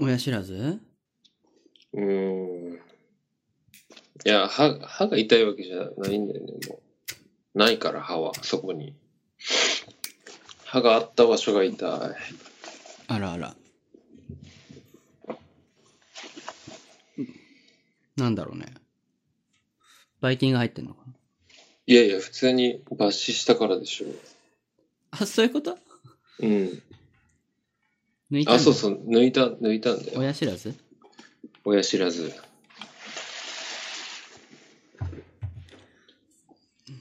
親知らずうーん。いや、歯、歯が痛いわけじゃないんだよね、もう。ないから、歯は、そこに。歯があった場所が痛い。あらあら。なんだろうね。バイキンが入ってんのかないやいや、普通に抜歯したからでしょ。あ、そういうことうん。抜いたんあ、だそうそう、抜いた、抜いたんだよ。親知らず親知らず。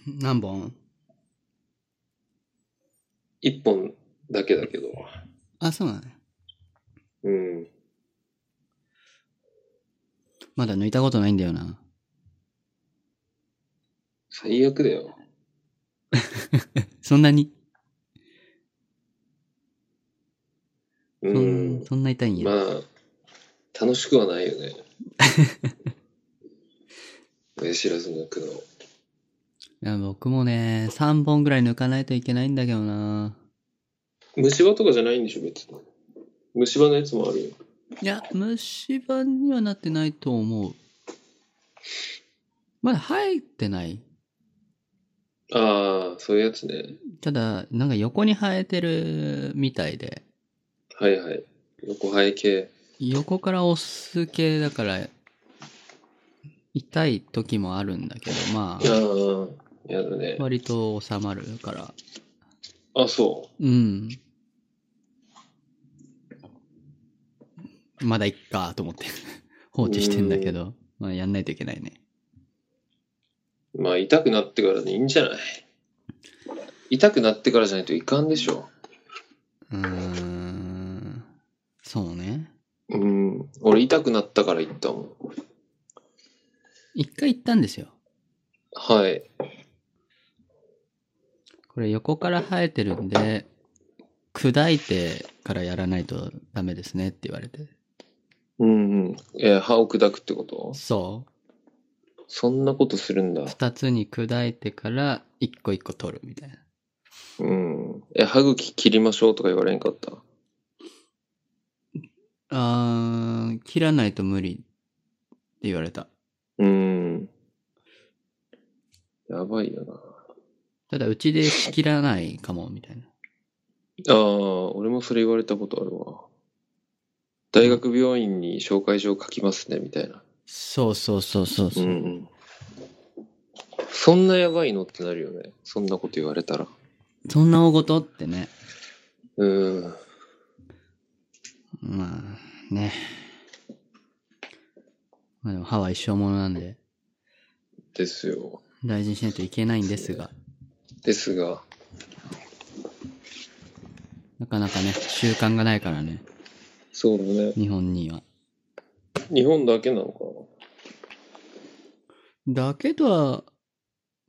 何本一本だけだけど。あ、そうなのね。うん。まだ抜いたことないんだよな。最悪だよ。そんなにうそんん。そんな痛いんや。まあ、楽しくはないよ ね。親知らず抜くの。いや僕もね、3本ぐらい抜かないといけないんだけどな。虫歯とかじゃないんでしょ、別に。虫歯のやつもあるよ。いや、虫歯にはなってないと思う。まだ入ってないああ、そういうやつね。ただ、なんか横に生えてるみたいで、はいはい。横背景。横から押す系だから、痛い時もあるんだけど、まああ、あ、やだね。割と収まるから。あ、そうん。まだいっかと思って、 放置してんだけど、まあやんないといけないね。う。まあ、痛くなってからでいいんじゃない痛くなってからじゃないといかんでしょ。うーん。そうね。うん。俺、痛くなったから行ったもん。一回行ったんですよ。はい。これ横から生えてるんで、砕いてからやらないとダメですねって言われて。うんうん。えー歯を砕くってことそそんなことするんだう。。二つに砕いてから一個一個取るみたいな。うん。え、歯茎切りましょうとか言われんかったあー、切らないと無理って言われた。うん。やばいよな。ただうちで切らないかもみたいな。ああ、俺もそれ言われたことあるわ。大学病院に紹介状書きますね、みたいな。そうそうそうそううそんう、うん。そんなやばいのってなるよね。そんなこと言われたら。そんな大ごとってね。うん。まあね。まあでも歯は一生ものなんでですよ。大事にしないといけないんですが。ですが、なかなかね、習慣がないからね、そうだね。日本には。日本だけなのかだけとは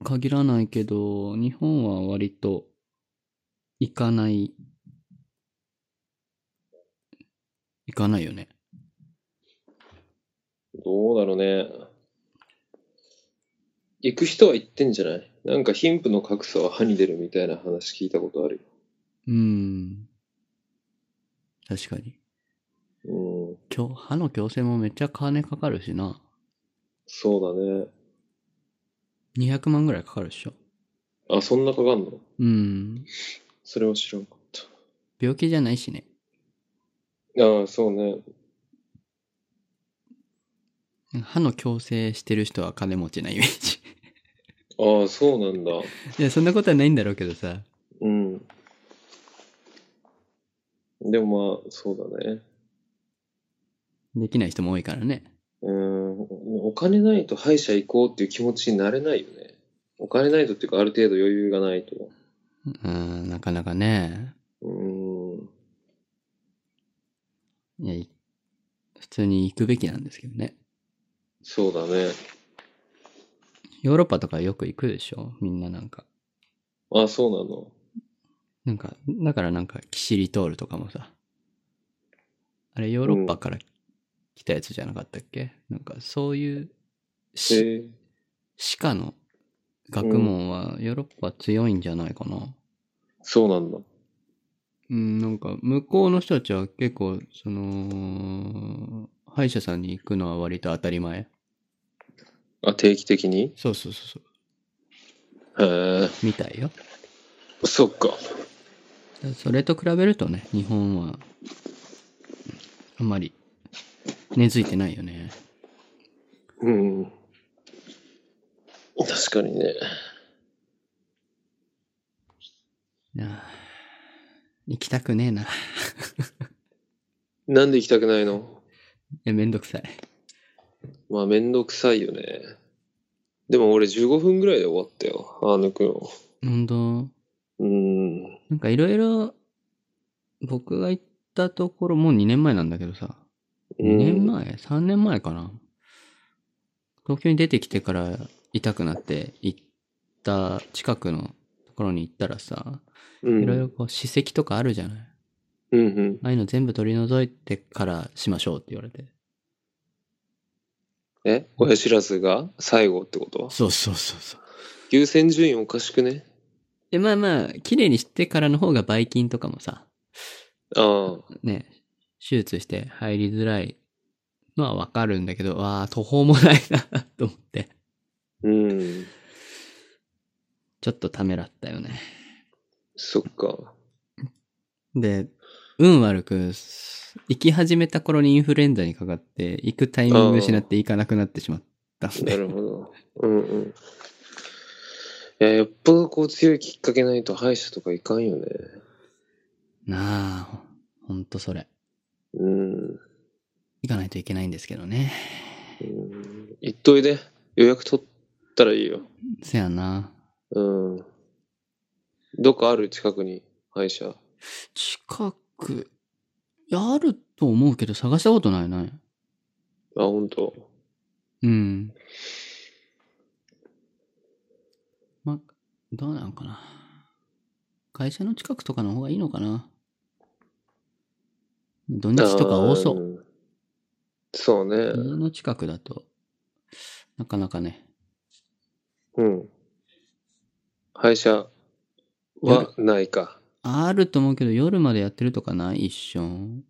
限らないけど、日本は割と行かない。行かないよね。な。どうだろうね。行く人は行ってんじゃないなんか貧富の格差は歯に出るみたいな話聞いたことあるうーん。確かに。よ。うん。きょ歯の矯正もめっちゃ金かかるしな。そうだね。 200万ぐらいかかるでしょ。あ、そんなかかんのうん。それは知らんかった。病気じゃないしね。ああ、そうね。歯の矯正してる人は金持ちなイメージ。ああ、そうなんだ。いや、そんなことはないんだろうけどさ。うん。でもまあ、そうだね。できない人も多いからね。うん、お金ないと歯医者行こうっていう気持ちになれないよね。お金ないとっていうか、ある程度余裕がないと。うーん、なかなかね。うん。いや、い普通に行くべきなんですけどね。そうだね。ヨーロッパとかよく行くでしょみんななんか。ああ、そうなの。なんか、だからなんか、キシリトールとかもさ。あれ、ヨーロッパから来たやつじゃなかったっけ、なんか、そういう、しへえ。歯科の学問はヨーロッパ強いんじゃないかな。そうなんだ。うん、なんか、向こうの人たちは結構、その、歯医者さんに行くのは割と当たり前。あ、定期的にそうそうそうそへえ、う。みたいよ。そっか。それと比べるとね、日本は、あんまり根付いてないよね。うん。確かにね。いやー行きたくねえな。 いなんで行きたくないのやめんどくさい。まあ、めんどくさいよね。でも俺15分ぐらいで終わったよ。あのくん。ほんと、うん。なんかいろいろ、僕が行ったところ、もう2年前なんだけどさ。2年前 ?3 年前かな東京に出てきてから痛くなって行った近くのところに行ったらさ、うん。いろいろこう歯石とかあるじゃない、うんうん。ああいうの全部取り除いてからしましょうって言われて。え親知らずが最後ってことそうそうそうそう。優先順位おかしくねで、まあまあ、綺麗にしてからの方がばい菌とかもさ、ああ。ね、手術して入りづらいのはわかるんだけど、わあ、途方もないな、と思って。うん。ちょっとためらったよね。そっか。で、運悪く、す行き始めた頃にインフルエンザにかかって、行くタイミング失って行かなくなってしまったんなで。るほど。 うんうん。いや、よっぽどこう強いきっかけないと歯医者とかいかんよね。なあ、ほんとそれ。うん。行かないといけないんですけどね。うん行っといで。予約取ったらいいよ。せやな。うん。どっかある近くに歯医者。近く、いやあると思うけど探したことないな。あ、ほんと。うん。ま、どうなんかな。会社の近くとかの方がいいのかな。土日とか多そう。んそうね。家の近くだと、なかなかね。うん。歯医者はないか。あると思うけど、夜までやってるとかない一瞬。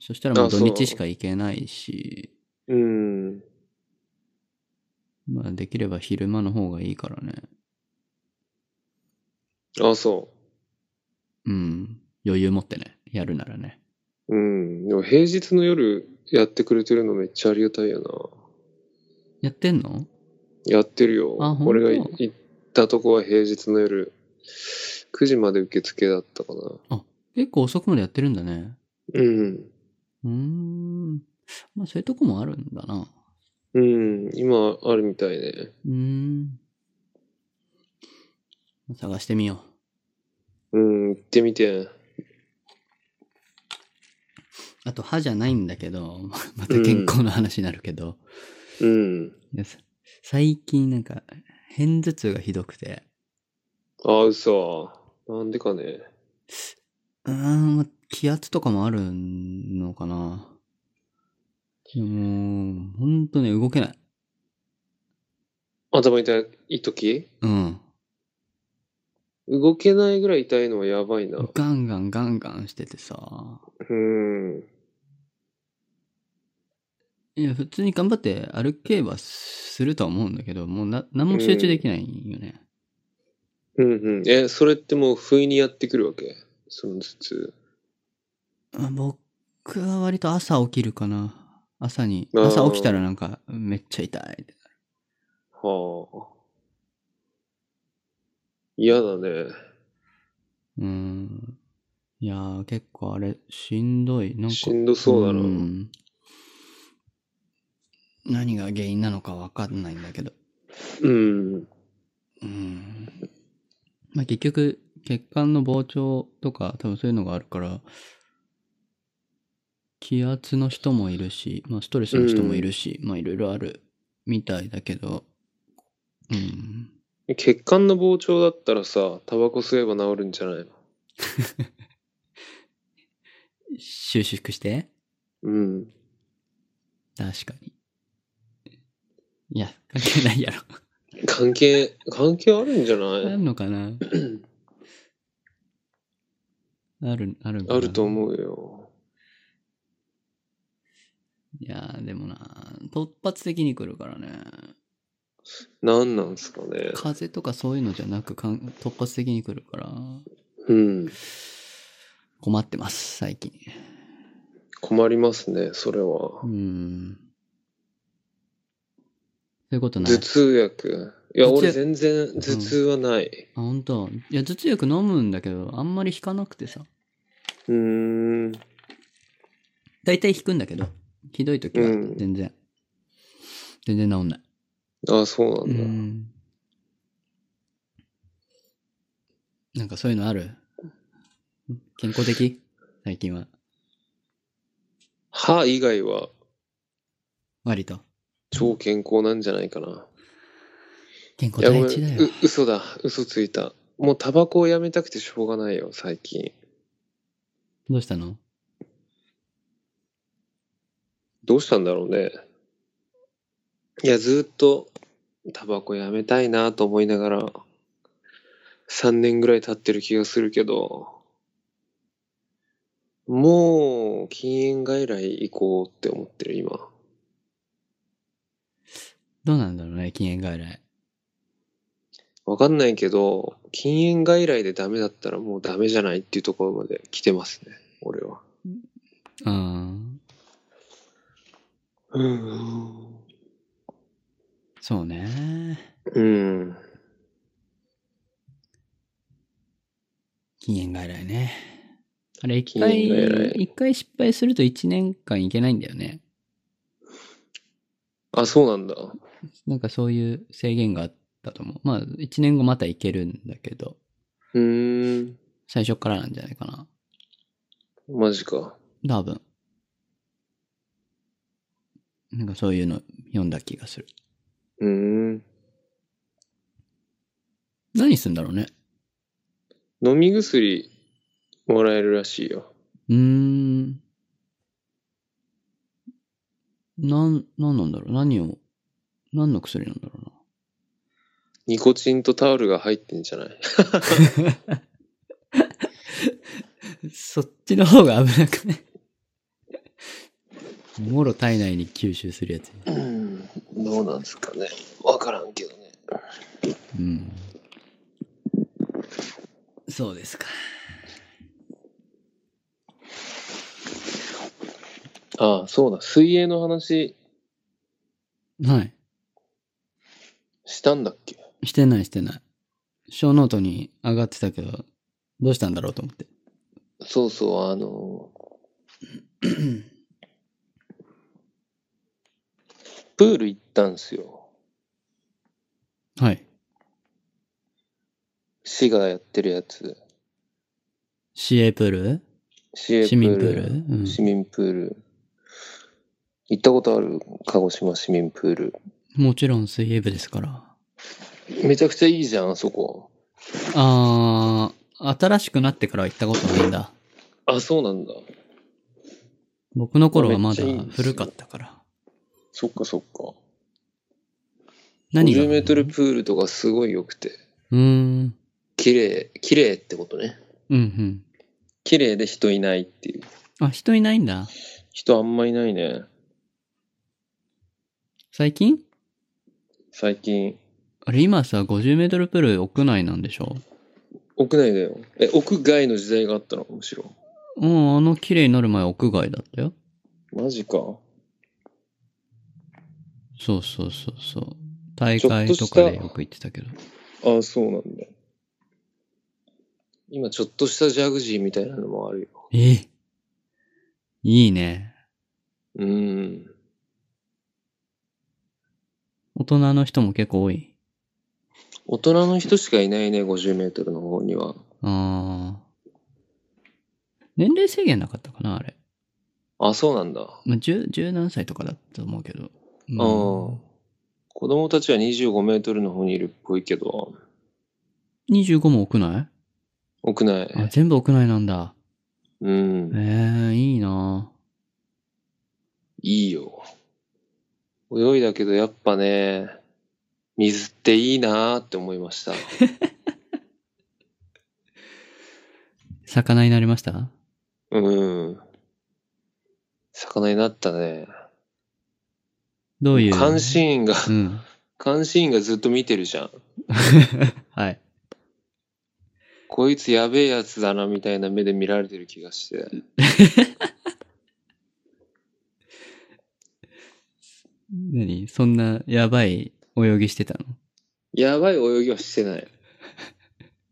そしたらもうあ土そう日しか行けないし、うん。まあできれば昼間の方がいいからね。あ、そうん。余裕持ってね。やるならね。う。うん。でも平日の夜やってくれてるのめっちゃありがたいよやってんのな。やってるよあほん。と俺がい行ったとこは平日の夜、9時まで受付だったかな。結構遅くまでやってるんだね。うん。うーん。まあそういうとこもあるんだな。うん。今あるみたいね。うーん。探してみよう。うん、行ってみて。あと歯じゃないんだけど、 ままた健康の話になるけど、うん。いやさ最近なんか片頭痛がひどくて、あ、嘘。なんでかね。うーん、ま気圧とかもあるのかな。いやもう、ほんとね、動けない。頭痛いい時うん。動けないぐらい痛いのはやばいな。ガンガンガンガンしててさ。うん。いや、普通に頑張って歩けばするとは思うんだけど、もうな、何も集中できないよね。うんうん。え、それってもう不意にやってくるわけその頭痛。あ僕は割と朝起きるかな。朝に、あー朝起きたらなんか、めっちゃ痛い。はあ。嫌だね。うーん。いやー、結構あれ、しんどい。なんか。しんどそうだな。ん何が原因なのかわかんないんだけど。うん。うん。まあ、結局、血管の膨張とか、多分そういうのがあるから、気圧の人もいるし、まあ、ストレスの人もいるし、まあ、いろいろあるみたいだけど、うん。血管の膨張だったらさ、タバコ吸えば治るんじゃないの収縮してうん。確かに。いや、関係ないや ろ。関係、関係あるんじゃあなるいのかな ある、あるんかなあると思うよ。いやーでもな、突発的に来るからね。なんなんすかね。風邪とかそういうのじゃなく、かん突発的に来るから、うん。困ってます、最近。困りますね、それはう。ん。そういうことない頭。痛薬。いや、頭痛俺全然頭痛はない。あ、本当。いや、頭痛薬飲むんだけど、あんまり引かなくてさ。うーん。大体引くんだけど、ひどい時はうん全然。全然治んない。あ、そううなんだ。ん。なんかそういうのある健康的最近は。歯以外は割と。超健康なんじゃないかな。健康いや、第ごめん。一だよう。嘘だ。嘘ついた。もうタバコをやめたくてしょうがないよ、最近。どうしたのどうしたんだろうね。いや、ずーっとタバコやめたいなと思いながら、3年ぐらい経ってる気がするけど、もう禁煙外来行こうって思ってる今。どうなんだろうね、禁煙外来。わかんないけど、禁煙外来でダメだったらもうダメじゃないっていうところまで来てますね、俺は。うん。うん。そうね。うん。禁煙外来ね。あれ、一禁煙外回、来一回失敗すると一年間いけないんだよね。あ、そうなんだ。なんかそういう制限があったと思う。まあ、一年後またいけるんだけど、うーん。最初からなんじゃないかな。マジか。多分。なんかそういうの読んだ気がする。うーん。何すんだろうね。飲み薬もらえるらしいよ。うーん。なん、なんなんだろう。何を、何の薬なんだろうな。ニコチンとタオルが入ってんじゃないそっちの方が危なくね。もろ体内に吸収するやつ。うん。どうなんですかね。わからんけどね。うん。そうですか。ああ、そうだ。水泳の話はい。したんだっけしてないしてない。小ノートに上がってたけど、どうしたんだろうと思って。そうそう、あのープール行ったんすよ。はい。市がやってるやつ。市営プール市営市民プールうん市民プール。行ったことある鹿児島市民プール。もちろん水泳部ですから。めちゃくちゃいいじゃん、あそこ。あー、新しくなってからは行ったことないんだ。あ、そうなんだ。僕の頃はまだめっちゃいいんですよ古かったから。そっかそっか。何が50メートルプールとかすごい良くて。うーん。綺麗、綺麗ってことね。うんうん。綺麗で人いないっていう。あ、人いないんだ。人あんまいないね。最近最近。あれ、今さ、50メートルプール屋内なんでしょ屋内だよ。え、屋外の時代があったのむしろ。うん、あの綺麗になる前屋外だったよ。マジか。そうそうそうそう。大会とかでよく行ってたけど。ああ、そうなんだ。今、ちょっとしたジャグジーみたいなのもあるよ。ええいいね。うん。大人の人も結構多い。大人の人しかいないね、50メートルの方には。あー。年齢制限なかったかな、あれ。あ、そうなんだ。まあ、十、十何歳とかだと思うけど。うんああ。子供たちは25メートルの方にいるっぽいけど、 25も屋内屋あ、内。全部屋内なんだ。うええん。いいないいよ。泳いだけど、やっぱね、水っていいなーって思いました。魚になりましたうん。魚になったね。どういう。監視員が、 うん。 監視員がずっと見てるじゃん。はい。こいつやべえやつだなみたいな目で見られてる気がして。何そんなやばい泳ぎしてたのやばい泳ぎはしてない。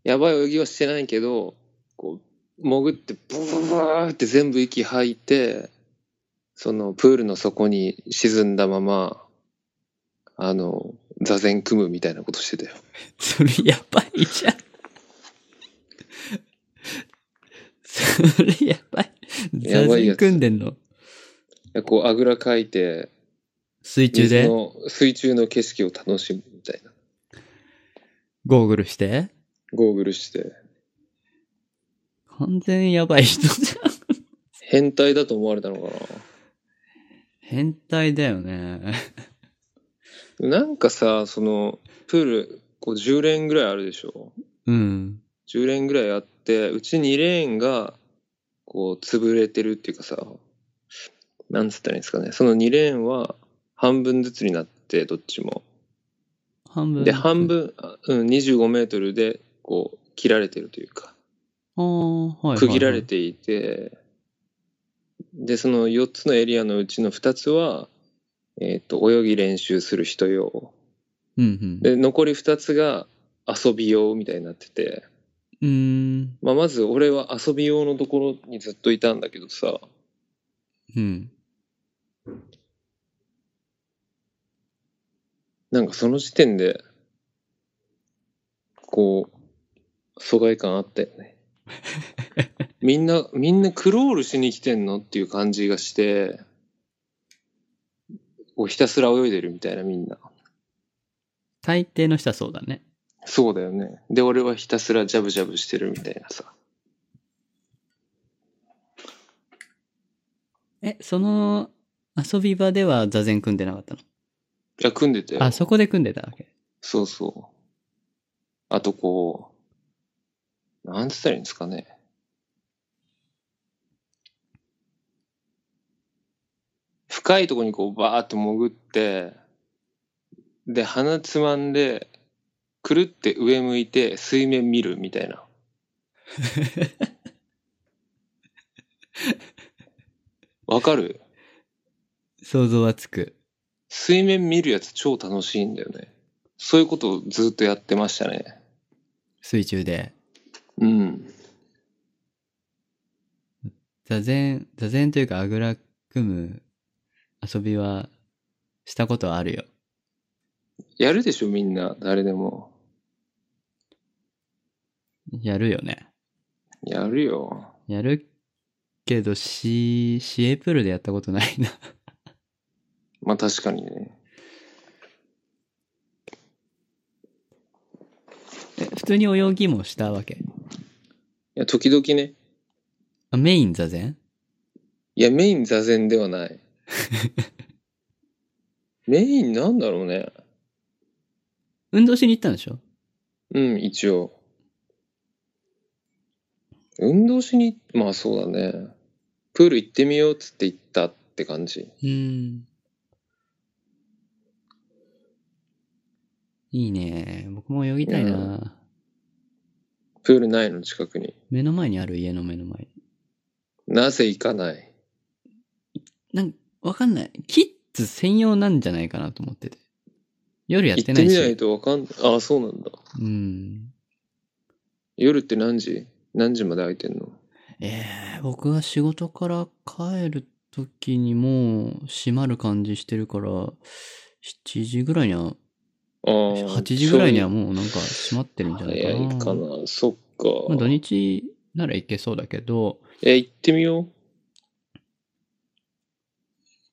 やばい泳ぎはしてないけど、こう、潜って、ブワーって全部息吐いて、そのプールの底に沈んだまま、あの、座禅組むみたいなことしてたよ。それやばいじゃん。それやばい。や座ばい禅やつ組んでんのこう、あぐらかいて、水中水での、水中の景色を楽しむみたいな。ゴーグルしてゴーグルして。完全やばい人じゃん。変態だと思われたのか変態だよね。ななんかさ、その、プール、こう10連ぐらいあるでしょうん。 10レーンぐらいあってうち2レーンがこう潰れてるっていうかさなんつったらいいんですかねその2レーンは半分ずつになってどっちも半分。で半。分、あうん、25メートルでこう切られてるというかああ、はいはいはい。区切られていてでその4つのエリアのうちの2つは、えー、と泳ぎ練習する人用うんうん。で残り2つが遊び用みたいになってて。うーん。まあ、まず俺は遊び用のところにずっといたんだけどさ、うん。なんかその時点で、こう、疎外感あったよね。みんな、みんなクロールしに来てんのっていう感じがして、こうひたすら泳いでるみたいなみんな。大抵の人はそうだね。そうだよね。で、俺はひたすらジャブジャブしてるみたいなさ。え、その遊び場では座禅組んでなかったのいや、組んでたよ。あ、そこで組んでたわけ。そうそう。あとこう、なんつったらいいんですかね。深いとこにこうバーって潜って、で、鼻つまんで、くるって上向いて水面見るみたいな。わかる想像はつく。水面見るやつ超楽しいんだよね。そういうことをずっとやってましたね。水中で。うん。座禅、座禅というかあぐら組む遊びはしたことはあるよ。やるでしょ、みんな。誰でも。やるよね。やるよ。やるけど、し、シエプールでやったことないな。まあ確かにね。え普通に泳ぎもしたわけ。いや、時々ね。あメイン座禅いや、メイン座禅で はない。メインなんだろうね。運動しに行ったんでしょうん、一応。運動しに、まあそうだね。プール行ってみようっつって行ったって感じ。うん。いいね。僕も泳ぎたいな。うんプールないの、近くに。目の前にある家の目の前に。なぜ行かないなんか、わかんない。キッズ専用なんじゃないかなと思ってて。夜やっ行てっなていみし。ないとわかんない。あ、そうなんだ。うん。夜って何時何時まで空いてんのええ僕が仕事から帰る時にもう閉まる感じしてるから、7時ぐらいには、ああ。 8時ぐらいにはもうなんか閉まってるんじゃないかな。早いかな。そっか。まあ土日なら行けそうだけど、え、行ってみよ行っ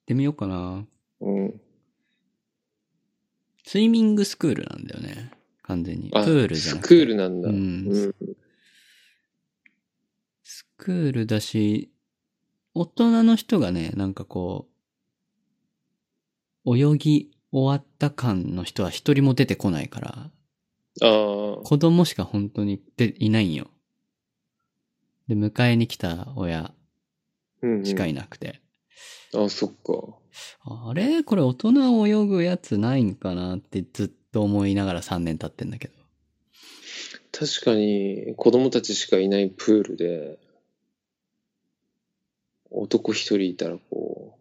てみようかな。う。うん。スイミングスクールなんだよね。完全に。プあールじゃなスくクて。ールなんだ。ううんん。スクールだし、大人の人がね、なんかこう、泳ぎ終わった感の人は一人も出てこないから、ああ。子供しか本当にでいないんよ。で、迎えに来た親うんうんしかいなくて。あ、そっか。あれこれ大人泳ぐやつないんかなってずっと思いながら3年経ってんだけど。確かに、子供たちしかいないプールで、男一人いたらこ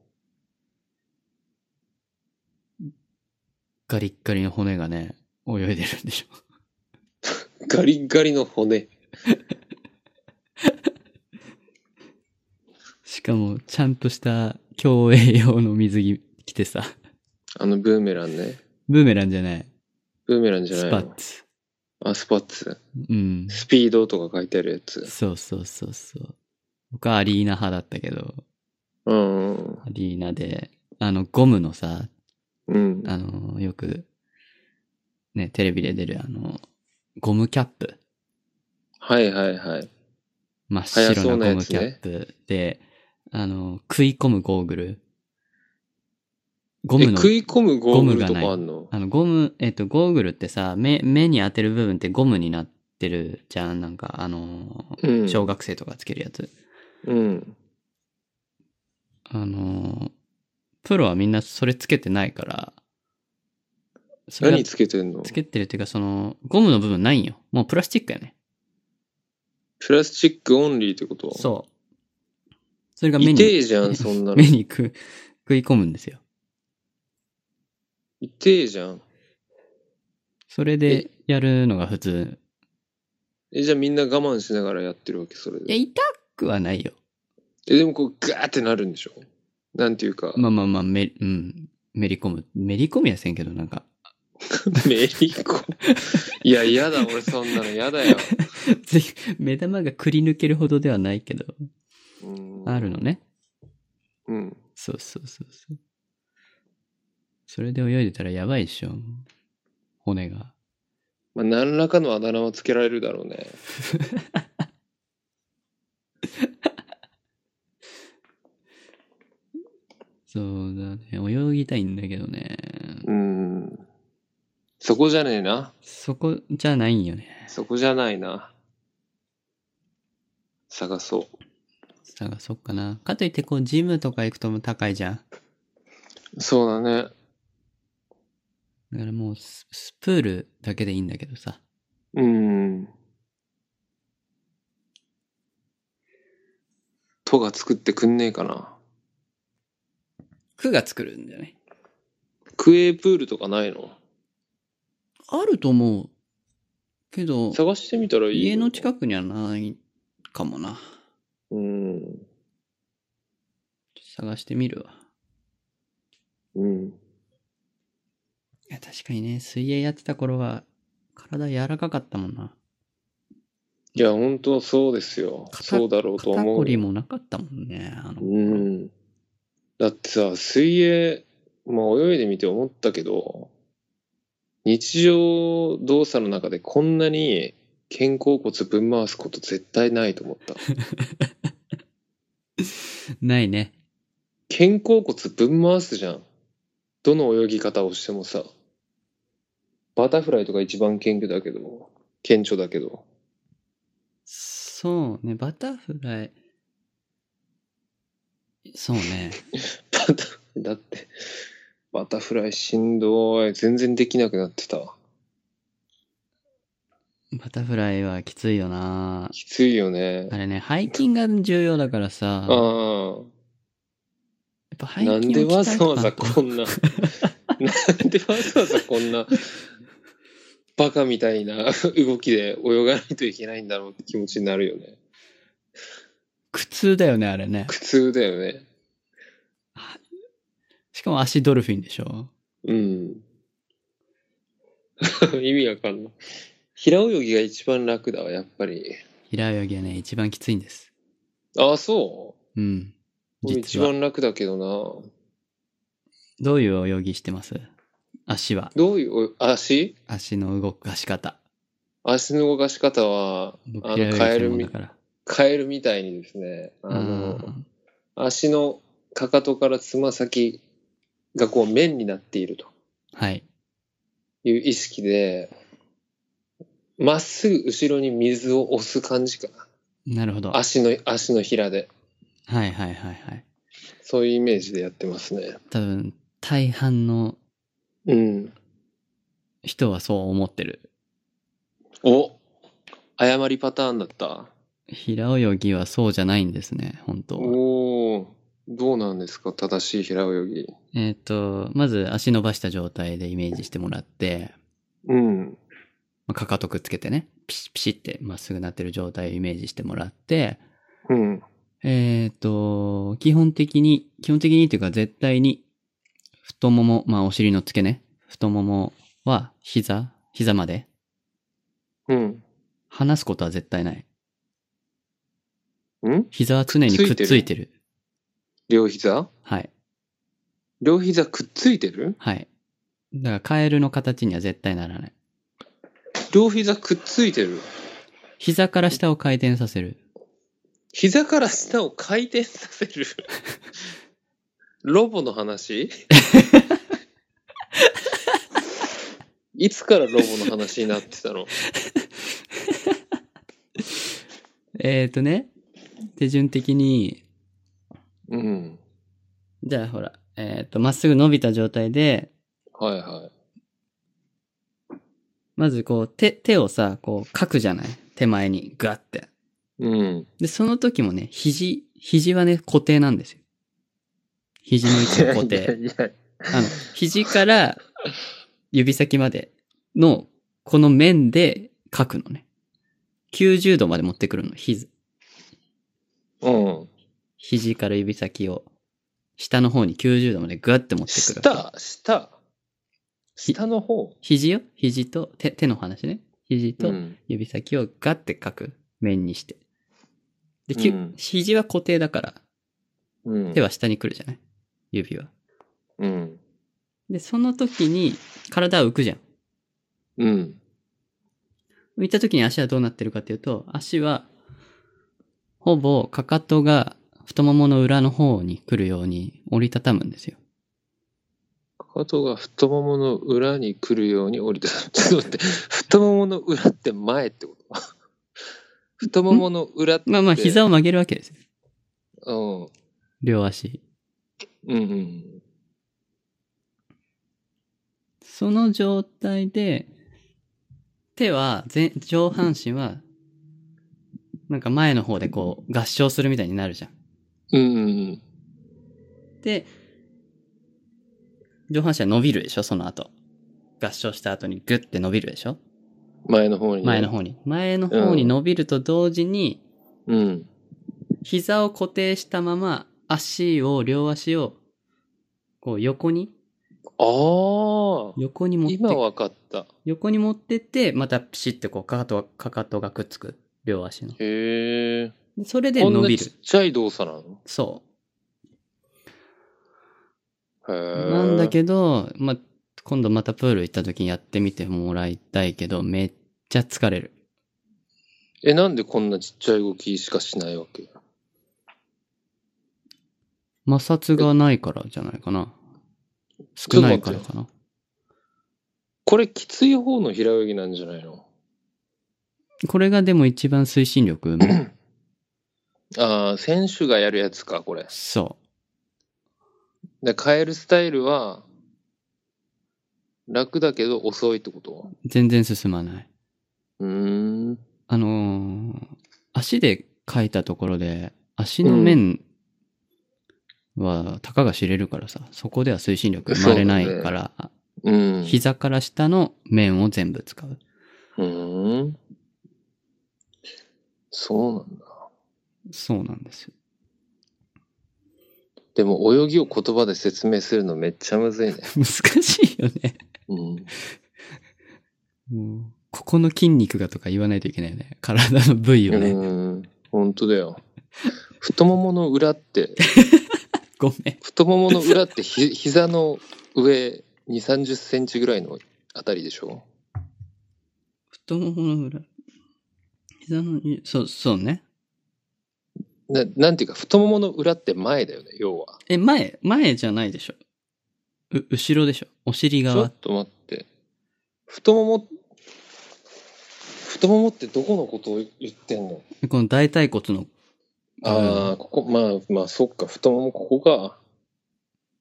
ガリッガリの骨がね、泳いでるんでしょ。う、ガリッガリの骨。しかも、ちゃんとした競泳用の水着着てさ、あのブーメランね。ブーメランじゃない。ブーメランじゃなスいパのッツ。あ、スパッツ。うん。スピードとか書いてあるやつ。そうそうそうそう。僕はアリーナ派だったけど、うんうんアリーナで、あの、ゴムのさ、うん。うん。あの、よく、ね、テレビで出るあの、ゴムキャップ。はいはいはい。真っ白速そなうなゴやムつキねャップで、あの、食い込むゴーグル。ゴムえの、食い込むゴーグルとゴムがないかあんのあの、ゴム、えっと、ゴーグルってさ、目、目に当てる部分ってゴムになってるじゃん。なんか、あの、うん。小学生とかつけるやつ。うん。あの、プロはみんなそれつけてないから、それが何つけてんのつけてるっていうか、その、ゴムの部分ないんよ。もうプラスチックやね。プラスチックオンリーってことそう。それが目痛に、え じゃん、そんなの目。に食食い込むんですよ。痛えじゃん。それでやるのが普通。え、じゃあみんな我慢しながらやってるわけ、そ れいや、で。痛くはないよ。え、でもこう、ガーってなるんでしょなんていうか、まあまあまあ、め、うん。めり込む。めり込みやせんけど、なんか。 メリコ。いや、嫌だ、俺そんなの嫌だよ。ぜひ、目玉がくり抜けるほどではないけど、うんあるのね。うん。そうそうそうそう。それで泳いでたらやばいっしょ。骨が。まあ、何らかのあだ名はつけられるだろうね。そうだね。泳ぎたいんだけどね。うん。そこじゃねえな。そこじゃないんよね。そこじゃないな。探そ探そうかな。かといってこう、ジムとか行くとも高いじゃん。う。そうだね。だからもうス、スプールだけでいいんだけどさ。うん。都が作ってくんねえかな。区が作るんじゃないクエープールとかないのあると思う。けど、探してみたらいいよ。家の近くにはないかもな。うん。探してみるわ。うん。いや、確かにね、水泳やってた頃は、体柔らかかったもんな。いや、本当そうですよ。肩そうだろうと肩思こうりよ。もなかったもんね、あのう頃。ん。だってさ、水泳、まあ泳いでみて思ったけど、日常動作の中でこんなに肩甲骨ぶん回すこと絶対ないと思った。ないね。肩甲骨ぶん回すじゃん。どの泳ぎ方をしてもさ。バタフライとか一番謙虚だけど、顕著だけど。 そうね、バタフライ。そうね。バタフライだって、バタフライしんどい。全然できなくなってた。バタフライはきついよなきついよねあ。れね、背筋が重要だからさ、やっあぱ背あ。筋なをんでわざわざ鍛えとかんとこんな、 なんでわざわざこんな、バカみたいな動きで泳がないといけないんだろうって気持ちになるよね。苦痛だよね、あれね。苦痛だよね。しかも足ドルフィンでしょうん。 意味わかんない。平泳ぎが一番楽だわ、やっぱり。平泳ぎはね、一番きついんです。ああ、そうん。う俺一実は。番楽だけどな。どういう泳ぎしてます足は。どういうお、足足の動かし方。足の動かし方は、僕あ平泳ぎの、カエ専ル門だみ、から。カエルみたいにですね、あの、うん足のかかとからつま先がこう面になっているとはい。いう意識で、まっすぐ後ろに水を押す感じかなるほど。な。はい足の、足のひらで。はいはいはい。そういうイメージでやってますね。多分、大半のうん。人はそう思ってる。お誤りパターンだった。平泳ぎはそうじゃないんですね、本当は。おおどうなんですか正しい平泳ぎ。えっ、と、まず足伸ばした状態でイメージしてもらって、うん。まあ、かかとくっつけてね、ピシッピシッってまっすぐなってる状態をイメージしてもらって、うん。えっ、と、基本的に、基本的にっていうか絶対に、太もも、まあお尻の付け根、太ももは膝、膝まで、うん。離すことは絶対ない。ん膝は常にくっついてる。両膝はい。両膝くっついてるはい。だからカエルの形には絶対ならない。両膝くっついてる膝から下を回転させる。膝から下を回転させるロボの 話いつからロボの話になってたのえっ、ー、とね、手順的に、うん。じゃあほら、えっ、と、まっすぐ伸びた状態で、はいはい。まずこう、手、手をさ、こう、書くじゃない手前に、ガッて。うん。で、その時もね、肘、肘はね、固定なんですよ。肘の位置は固定。いやいやいあの、肘から指先までの、この面で書くのね。90度まで持ってくるの、肘。やうん。肘から指先を、下の方に90度までグッて持ってくる。下、下。下の方。肘よ肘と手、手の話ね。肘うとん。指先をガッて書く面にして。で、きゅうん肘は固定だから、うん手。は下に来るじゃない指は。うん。で、その時に体は浮くじゃん。うん。浮いた時に足はどうなってるかっていうと、足は、ほぼかかとが太ももの裏の方に来るように折りたたむんですよ。かかとが太ももの裏に来るように降りた。ちょっと待って。太ももの裏って前っ てこと太ももの裏って。まあまあ膝を曲げるわけですよ。うん。うん両足。うん。その状態で、手は、前上半身は、なんか前の方でこう合掌するみたいになるじゃん。うん。で、上半身は伸びるでしょその後。合掌した後にグッて伸びるでしょ前の方にね。前の方に。前の方に伸びると同時に、うん。膝を固定したまま、足を、両足を、こう横に、ああ。横に持って、今わかった。横に持ってって、またピシッてこう、かかとが、かかとがくっつく。両足の。へえ。でそれでこん伸なびちるっ。ちゃい動作なのそう。へえ。なんだけど、まあ、今度またプール行った時にやってみてもらいたいけど、めっちゃ疲れる。え、なんでこんなちっちゃい動きしかしないわけ摩擦がないからじゃないかな。少ないからかな。これきつい方の平泳ぎなんじゃないのこれがでも一番推進力生 むああ、選手がやるやつか、これ。そで、変えるスタイルは、楽だけど遅いってことう。全然進まない。うーん。あのー足で書いたところで、足の面は、たかが知れるからさ、そこでは推進力生まれないから、うん。膝から下の面を全部使う。うーん。そうなんだ。そうなんですよ。 でも泳ぎを言葉で説明するのめっちゃむずい ね。難しいよね。うん。もうここの筋肉がとか言わないといけないよね。体の部位をね。うん。本当だよ。太ももの裏って、ごめん。太ももの裏ってひ膝の上2、30センチぐらいのあたりでしょ太ももの裏。膝の、そう、そうね。ななんていうか、太ももの裏って前だよね、要は。え、前、前じゃないでしょ。う、後ろでしょ。お尻ちょ側っ。と待って。太もも、太ももってどこのことを言ってんのこの大腿骨のああ、ここ、まあ、まあ、そっか、太もも、ここが。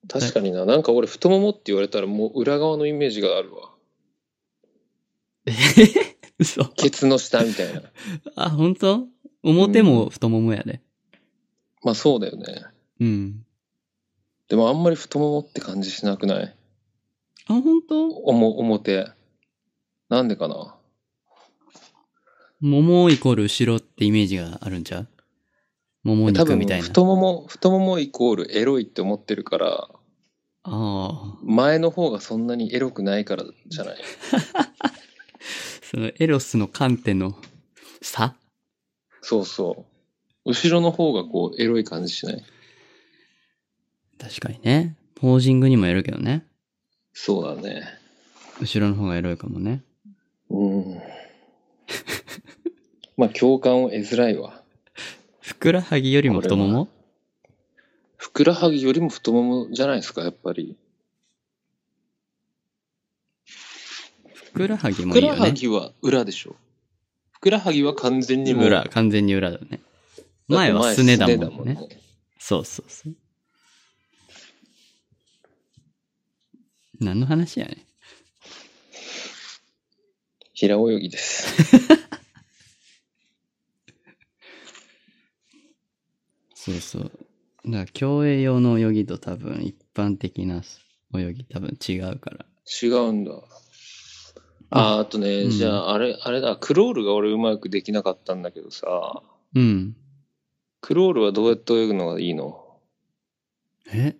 確かにな。なんか俺、太ももって言われたら、もう裏側のイメージがあるわ。え 嘘。ケツの下みた いな。あ、本当表も太ももやで。まあ、そうだよね。うん。でも、あんまり太ももって感じしなくないあ、本当おも、表。なんでかな桃イコール後ろってイメージがあるんちゃう桃多肉分、みたいな。太もも、太ももイコールエロいって思ってるから、ああ。前の方がそんなにエロくないからじゃない。そのエロスの観点の差そうそう。後ろの方がこう、エロい感じしない。確かにね。ポージングにもよるけどね。そうだね。後ろの方がエロいかもね。うん。 まあ、共感を得づらいわ。ふくらはぎよりも太ももふくらはぎよりも太ももじゃないですか、やっぱり。ふくらはぎふもいくいよらはね。ぎは裏でしょ。ふくらはぎは完全にもう。裏、完全に裏だね。前はすねだもんね。そうそうそう。何の話やねん平泳ぎです。そうそう。だから、競泳用の泳ぎと多分、一般的な泳ぎ多分違うから。違うんだ。あーあとね、うんじゃあ、あれ、あれだ、クロールが俺うまくできなかったんだけどさ、うん。クロールはどうやって泳ぐのがいいのえ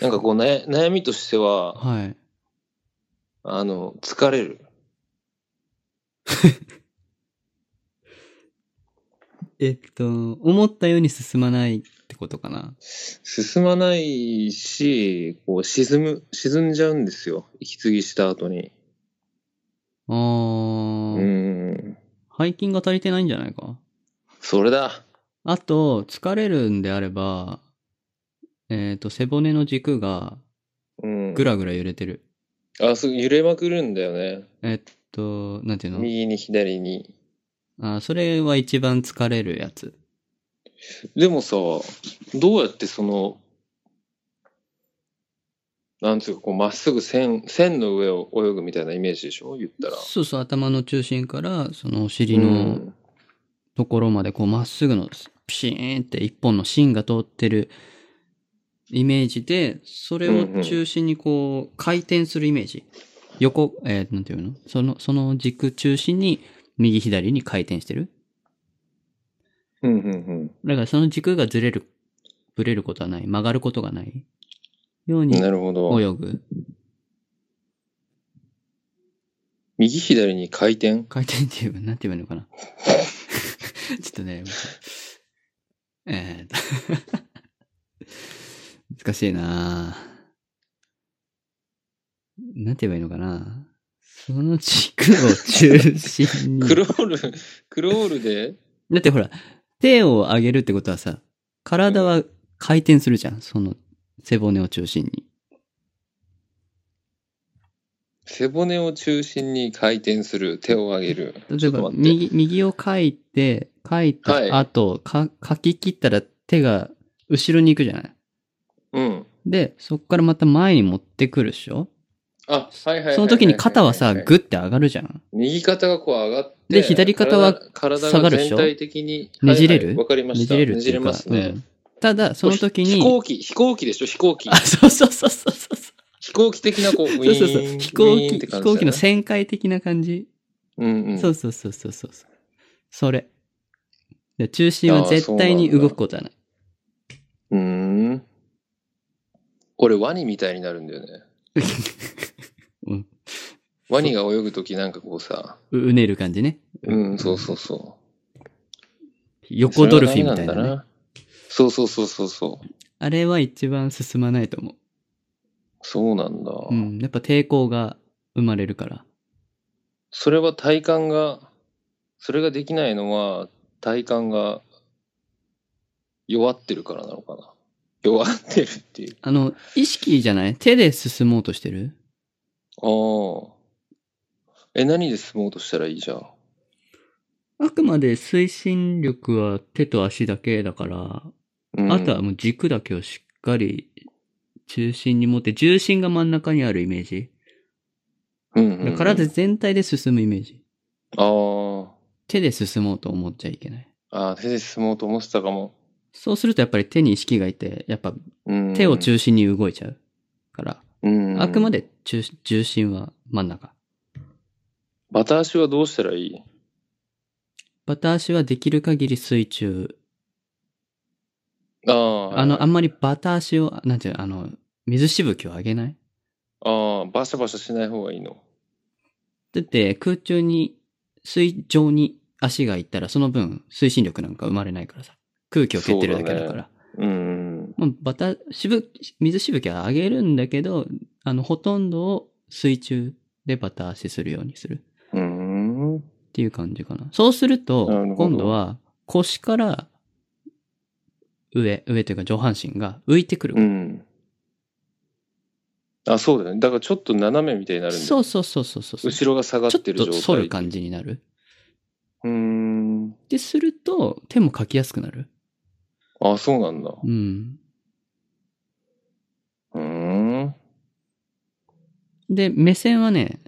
なんかこう、ね、悩みとしては、はい。あの、疲れる。えっと、思ったように進まないってことかな。進まないし、こう沈む、沈んじゃうんですよ。息継ぎした後に。あうー、ん。背筋が足りてないんじゃないかそれだ。あと、疲れるんであれば、えっ、と、背骨の軸がうん。ぐらぐら揺れてる。あ、そう、揺れまくるんだよね。えっと、なんていうの右に左に。あそれは一番疲れるやつ。でもさ、どうやってその、なんつうか、こう、まっすぐ線、線の上を泳ぐみたいなイメージでしょ言ったら。そうそう、頭の中心から、そのお尻うのん。ところまで、こう、まっすぐの、ピシーンって一本の芯が通ってるイメージで、それを中心にこう、回転するイメージ。横、えーなんていうのその、その軸中心に、右左に回転してる。うん、うん、うん。だからその軸がずれる、ぶれることはない。曲がることがない。ようになるほど。泳ぐ。右左に回転回転っていう、なんて言えばいいのかな。 ちょっとね、えーっと 難しいなぁなんて言えばいいのかなその軸を中心 にク。ロール、クロールでだってほら、手を上げるってことはさ、体は回転するじゃん。その背骨を中心に。背骨を中心に回転する、手を上げる。例えちょっばと、待って右、右を書いて、書いた後、か書き切ったら手が後ろに行くじゃないうん。で、そこからまた前に持ってくるでしょあ、はいはいはいはいはいその時に肩はさ、グッて上がるじゃん。右肩がこう上がって、で左肩は体下がるでしょ体が全体的にねじれるはいはいわ、かりねました。じれるっていうねじれか。ますね。うんただ、その時飛に、行機、飛行機でしょ飛行機あ、。そうそうそうそうそう。飛行機的なこう、ウィーそうンそうそう。飛行ウィーン機、って飛感じだ行よ機のね旋回的な感じ。うんうん。そうそうそうそうそう。それ。で中心は絶対にあーそうなんだ動くことはない。うーん。俺、ワニみたいになるんだよね。うんワニが泳ぐ時なんかこうさ、ううねる感じね。うん、そうそうそう。横ドルフィンみたいそれはダなメんだね。な。そうそうそうそうそう。あれは一番進まないと思そうなんだ。う。うん。やっぱ抵抗が生まれるから。それは体幹が、それができないのは体幹が弱ってるからなのかな。弱ってるっていう。あの、意識じゃない手で進もうとしてるああ。え、何で進もうとしたらいいじゃん。あくまで推進力は手と足だけだから、うんあとはもう軸だけをしっかり中心に持って、重心が真ん中にあるイメージ。うんうんうん体全体で進むイメージ。あー手で進もうと思っちゃいけない。あー、手で進もうと思ってたかも。そうするとやっぱり手に意識がいて、やっぱうん、手を中心に動いちゃうから、うんあくま。で中重心は真ん中。バタ足はどうしたらいいバタ足はできる限り水中。ああ、あの、ああんまりバタ足を、なんていうの、あの、水しぶきを上げないあー、バシャバシャしない方がいいの。だって空中に、水上に足がいったらその分推進力なんか生まれないからさ。空気を蹴ってるだけだかそうだら。うん。まあ、バタ、しぶ、水しぶきは上げるんだけど、あの、ほとんどを水中でバタ足するようにするうん。っていう感じかな。そうするとなる、ほど今度は腰から上、上というか上半身が浮いてくる。うん。あ、そうだよね。だからちょっと斜めみたいになるんだよそうそうそうそうそう。後ろが下がっちょってる状と態。反る感じになる。うーん。で、すると、手も書きやすくなる。あ、そうなんだ。うん。うーん。で、目線はね、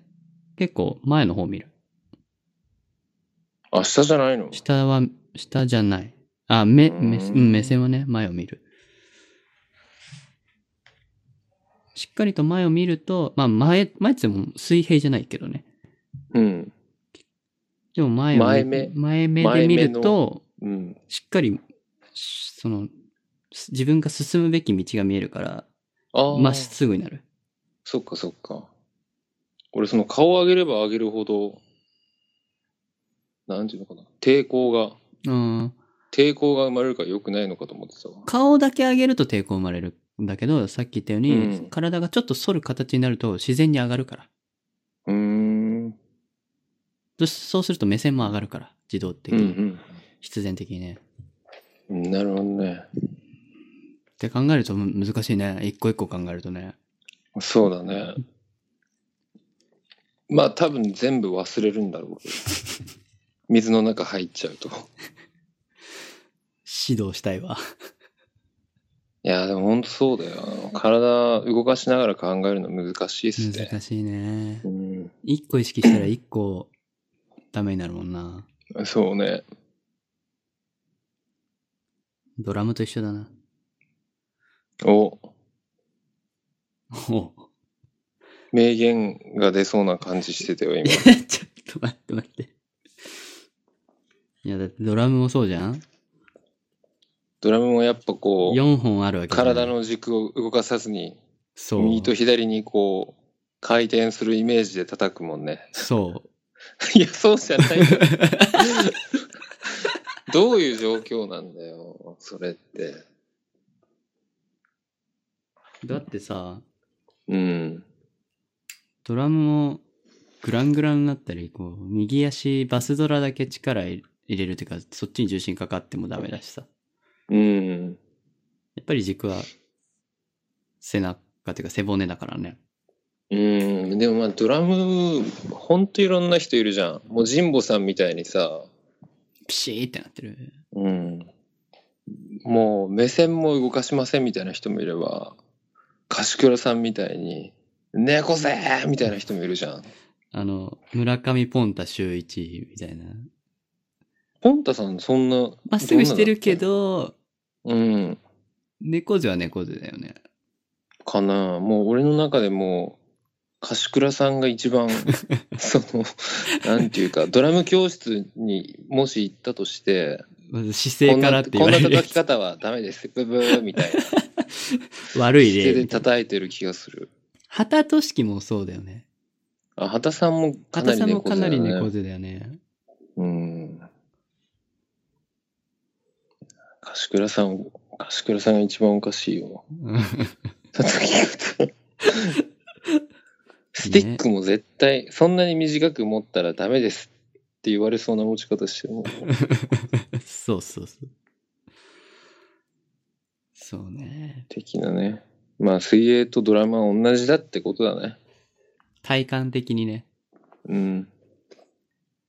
結構前の方見る。あ、下じゃないの下は、下じゃない。あ、目、目、ううんん、目線はね、前を見る。しっかりと前を見ると、まあ前、前って言っても水平じゃないけどね。うん。でも前を見前目前目で見ると、うん。しっかり、しその、す自分が進むべき道が見えるから、ああ。まっすぐになる。そっかそっか。俺、その顔を上げれば上げるほど、なんていうのかな。抵抗が、うん。抵抗が生まれるから良くないのかと思ってたわ。顔だけ上げると抵抗生まれるんだけど、さっき言ったように、うん体がちょっと反る形になると自然に上がるから。うーん。そそうすると目線も上がるから、自動的うんうに。ん。必然的にね。なるほどね。って考えるとむ難しいね。一個一個考えるとね。そうだね。まあ多分全部忘れるんだろうけど。水の中入っちゃうと。い指導したいわ。や、でも本当そうだよ。体動かしながら考えるの難しいっすね。難しいねう。ん、一個意識 したら一個ダメになるもんな。そうね。ドラムと一緒だな。お、 おう名言が出そうな感じしてたよ、今。ちょっと待って待って。いや、だってドラムもそうじゃんドラムもやっぱこう、 ?4 本あるわけじゃない体。の軸を動かさずに、そう。右と左にこう、回転するイメージで叩くもんね。 そう。いや、そうじ ゃない。どういう状況なんだよ、それって。だってさ、うん。ドラムもグラングランになったり、こう、右足バスドラだけ力入れるというか、そっちに重心かかってもダメだしさ。うん。やっぱり軸は背中というか背骨だからね。うん。でもまあ、ドラム、ほんといろんな人いるじゃん。もう、ジンボさんみたいにさ、ピシーってなってる。うん。もう、目線も動かしませんみたいな人もいれば、カシクラさんみたいに、猫背みたいな人もいるじゃん。あの、村上ポンタ周一みたいな。ポンタさん、そんな。まっすぐしてるけど、どんなだった。うん。猫背は猫背だよね。かなもう俺の中でもう柏倉さんが一 番そのなんていうかドラム教室にもし行ったとしてまず姿こ勢んからっなて言われこんるなや叩きつ。方はダメですブブーみたいな悪い手例で。叩いてる気がする旗としきもそうだよね。あ畑さんもか片なりさんも猫か背なだねり猫背だよね。うん柏倉さん柏倉さんが一番おかしい ようん叩き方スティックも絶対、そんなに短く持ったらダメですって言われそうな持ち方してる もん そうそうそう。そうね。的なねまあ水泳とドラマは同じだってことだね体感的にね。うん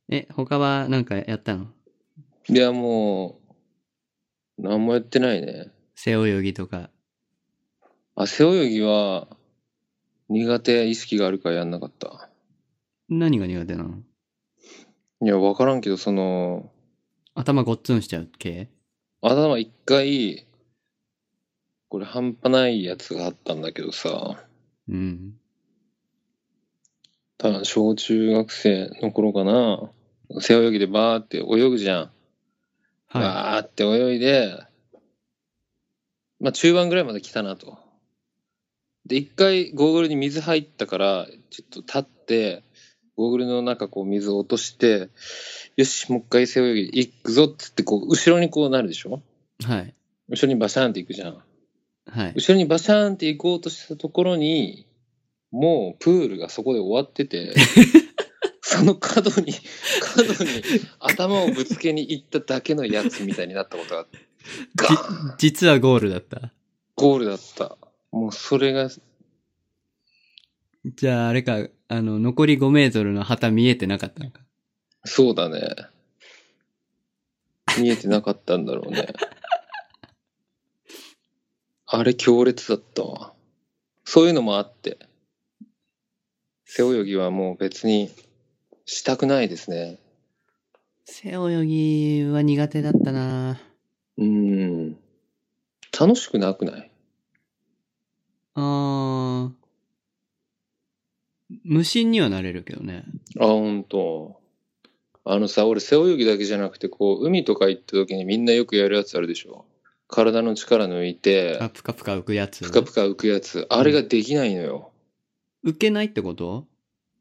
え、他はなんかやったのいや、もう、何もやってないね。背泳ぎとか。あ、背泳ぎは、苦手意識があるからやんなかった。何が苦手なのいや、わからんけど、その、頭ごっつんしちゃう系頭一回、これ半端ないやつがあったんだけどさ、うん。多分小中学生の頃かな、背泳ぎでバーって泳ぐじゃん。はバーって泳いで、まあ中盤ぐらいまで来たなと。で、一回ゴーグルに水入ったから、ちょっと立って、ゴーグルの中こう水を落として、よし、もう一回背泳ぎ行くぞっつって、こう、後ろにこうなるでしょい。はい。後ろにバシャーンって行くじゃん。はい。後ろにバシャーンって行こうとしたところに、もうプールがそこで終わってて、その角に、角に頭をぶつけに行っただけのやつみたいになったことがあって、ガじーン実はゴールだった。ゴールだった。もうそれが、じゃああれか、あの、残り5メートルの旗見えてなかったのか。そうだね。見えてなかったんだろう ね。あれ強烈だったわ。そういうのもあって。背泳ぎはもう別にしたくないですね。背泳ぎは苦手だったなうん。楽しくなくないあー無心にはなれるけどね。あ、ほんと。あのさ、俺背泳ぎだけじゃなくて、こう、海とか行った時にみんなよくやるやつあるでしょ体の力抜いて、あ、ぷかぷか浮くやつ。ぷかぷか浮くやつ。あれができないのよ。浮けないってこと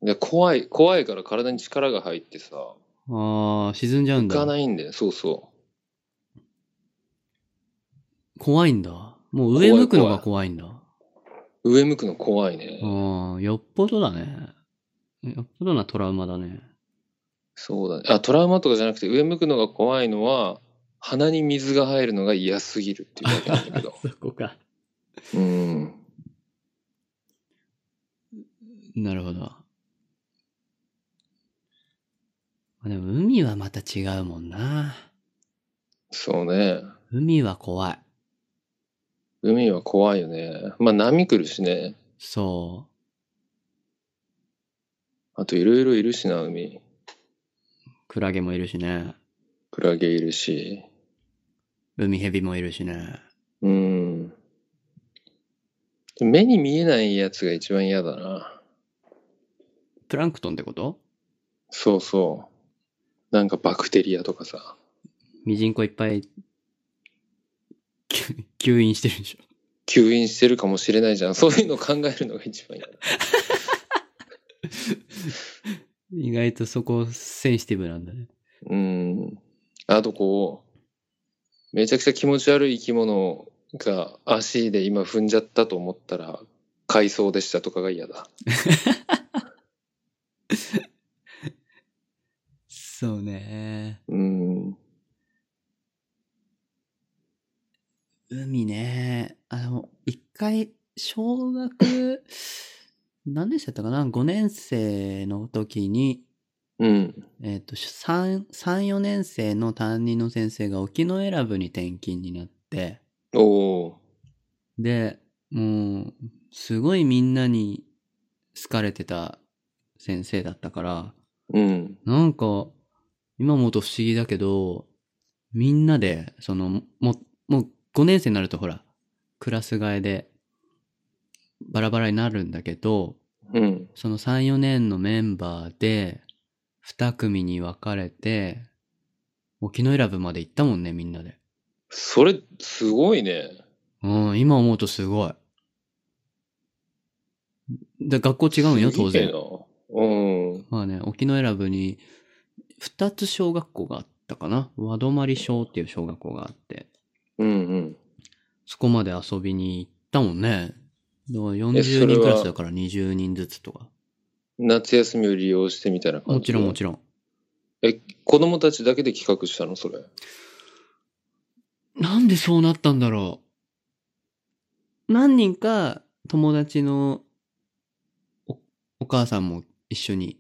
で怖い、怖いから体に力が入ってさ、ああ、沈んじゃうん浮だ。かないんだよ。そうそ怖いんだ。もう上向くのが怖いんだ。う。上向くの怖いね。ああ、よっぽどだね。よっぽどなトラウマだね。。そうだね。あ、トラウマとかじゃなくて、上向くのが怖いのは、鼻に水が入るのが嫌すぎるっていうだけなんだけど そこか。うん。なるほど。まあでも海はまた違うもんな。そうね。海は怖い。海は怖いよね。まあ波来るしね。そあといろいろいるしな、海。う。クラゲもいるしね。クラゲいるし。海蛇もいるしね。うん。目に見えないやつが一番嫌だな。プランクトンってことそうそう。なんかバクテリアとかさ。ミジンコいっぱい、 吸吸引してるでしょ。吸引してるかもしれないじゃん。 そういうのを考えるのが一番嫌だ。意外とそこセンシティブなんだね。うん。あとこう、めちゃくちゃ気持ち悪い生き物が足で今踏んじゃったと思ったら、海藻でしたとかが嫌だ。そうね。うん。海ね。あの、一回、小学、何年生だったかな ?5 年生の時に、うん。えっ、と、3、3、4年生の担任の先生が沖永良部に転勤になって、おおで、もう、すごいみんなに好かれてた先生だったから、ー。うん。なんか、今思うと不思議だけど、みんなで、その、もう、もう5年生になるとほら、クラス替えで、バラバラになるんだけど、うん。その3、4年のメンバーで、2組に分かれて、沖永良部まで行ったもんね、みんなで。それ、すごいね。うん、今思うとすごい。で、学校違うんよ、当いい然な。。うん。まあね、沖永良部に2つ小学校があったかな。和泊小っていう小学校があって、うんそこまで遊びに行ったもんね。だからえそ40れ人はクラスだから20人ずつとか。うん。夏休みを利用してみたいな感じ。もちろんもちろん。子供たちだけで企画したのそれ。なんでそうなったんだろう。何人か友達のおお母さんも一緒に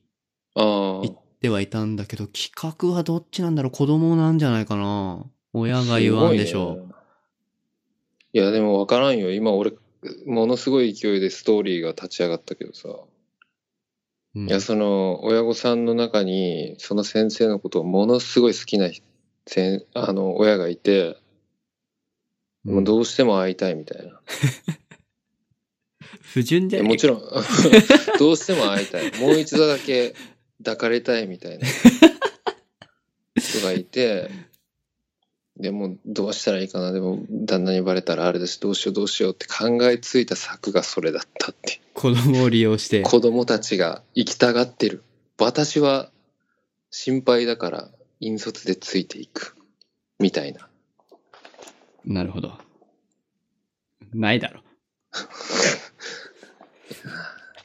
ああ。ってはいたんだけど、企画はどっちなんだろう子供なんじゃないかな親が言わんでしょすごいねいや、でも分からんよ。今俺、ものすごい勢いでストーリーが立ち上がったけどさ。う。うんいや、その、親御さんの中に、その先生のことをものすごい好きな人せんあの親がいて、もうどうしても会いたいみたいな。不純じいゃねえやもかちろ ん、どうしても会いたい。もう一度だけ抱かれたいみたいな人がいて、でもどうしたらいいかな。でも旦那にバレたらあれだし、どうしようどうしようって考えついた策がそれだったって。子供を利用して。子供たちが行きたがってる。私は心配だから引率でついていく。みたいな。なるほど。ないだろ。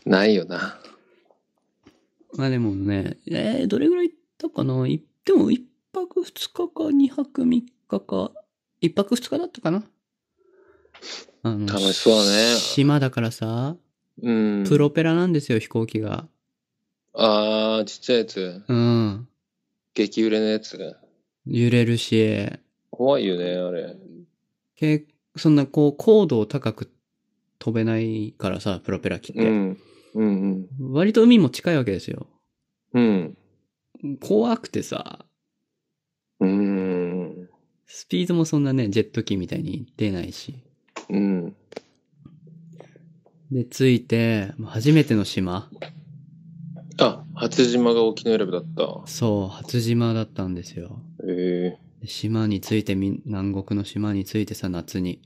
ないよな。まあでもね、えー、どれぐらい行ったかな行っても1泊2日か2泊3日か、1泊2日だったかなあの楽しそうだね島だからさ、うん。プロペラなんですよ、飛行機が。あー、ちっちゃいやつ。うん。激売れのやつ。揺れるし、怖いよね、あれ。けそんなこう高度を高く飛べないからさ、プロペラ機って。うん。うん割と海も近いわけですよ。うん。うん。怖くてさ、うん。スピードもそんなね、ジェット機みたいに出ないし。うん。で、着いて、もう初めての島。あ、初島が沖永良部だった。そう、初島だったんですよ。へえで島に着いてみん、南国の島に着いてさ、夏に。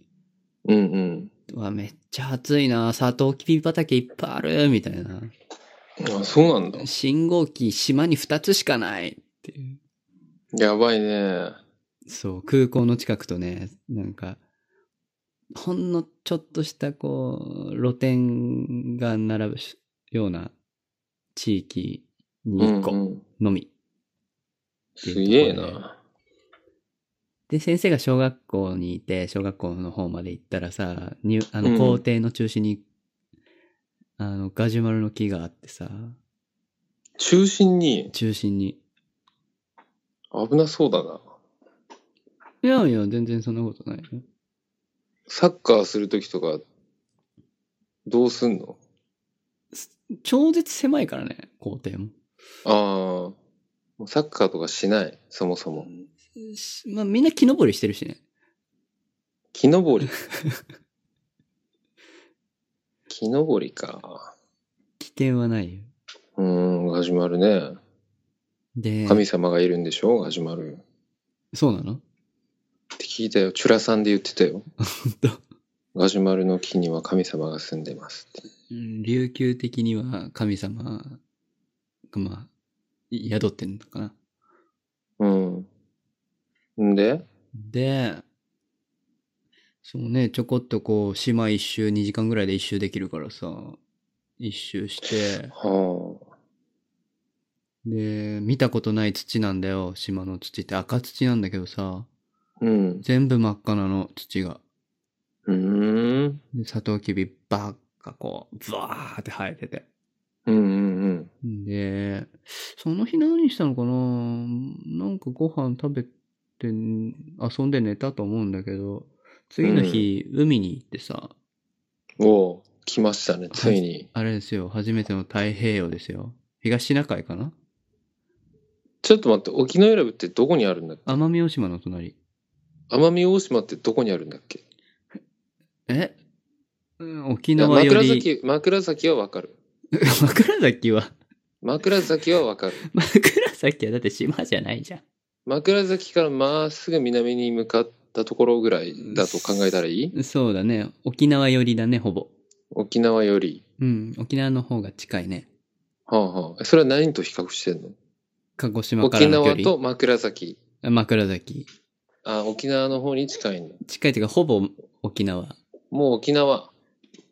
うんうん。うわ、めっちゃ暑いな、サトウキビ畑いっぱいあるみたいな。あ、そうなんだ。信号機、島に2つしかないっていう。やばいね。そう、空港の近くとね、なんか、ほんのちょっとした、こう、露店が並ぶしような地域にう1んう個ん。のみ。すげえな。で、先生が小学校にいて、小学校の方まで行ったらさ、にあうの、ん校庭の中心に、あの、ガジュマルの木があってさ、中心に中心に。危なそうだな。いやいや、全然そんなことないよ。サッカーするときとか、どうすんの超絶狭いからね、校庭も。ああ、もうサッカーとかしない、そもそも。しまあ、みんな木登りしてるしね。木登り。木登りか。危険はないよ。うーん、始まるね。で、神様がいるんでしょ始まる。そうなのって聞いたよ。チュラさんで言ってたよ。 本当ガジュマルの木には神様が住んでますって。うん琉球的には神様が、まあ、い宿ってんのかな。うん。んでで、そうね、ちょこっとこう、島一周、2時間ぐらいで一周できるからさ、一周して、はあ。で、見たことない土なんだよ、島の土って赤土なんだけどさ、うん。全部真っ赤なの、土が。うーん。で、サトウキビばっかこう、ブワーって生えてて。うんうんで、その日何したのかななんかご飯食べて、遊んで寝たと思うんだけど、次の日、海に行ってさ、うん。おお、来ましたね、ついに。あれですよ、初めての太平洋ですよ。東シナ海かなちょっと待って、沖永良部ってどこにあるんだっけ奄美大島の隣。奄美大島ってどこにあるんだっけえうん沖いや縄よ枕り、崎、枕崎はわかる。 枕崎は、枕崎はわかる。枕崎はだって島じゃないじゃん。枕崎からまっすぐ南に向かったところぐらいだと考えたらいいそうだね。沖縄寄りだね、ほぼ。沖縄より。うん、沖縄の方が近いね。はあはあ。それは何と比較してんの鹿児島から沖の距離。縄と枕崎。枕崎。あ、沖縄の方に近いんだ。近いというか、ほぼ沖縄。もう沖縄。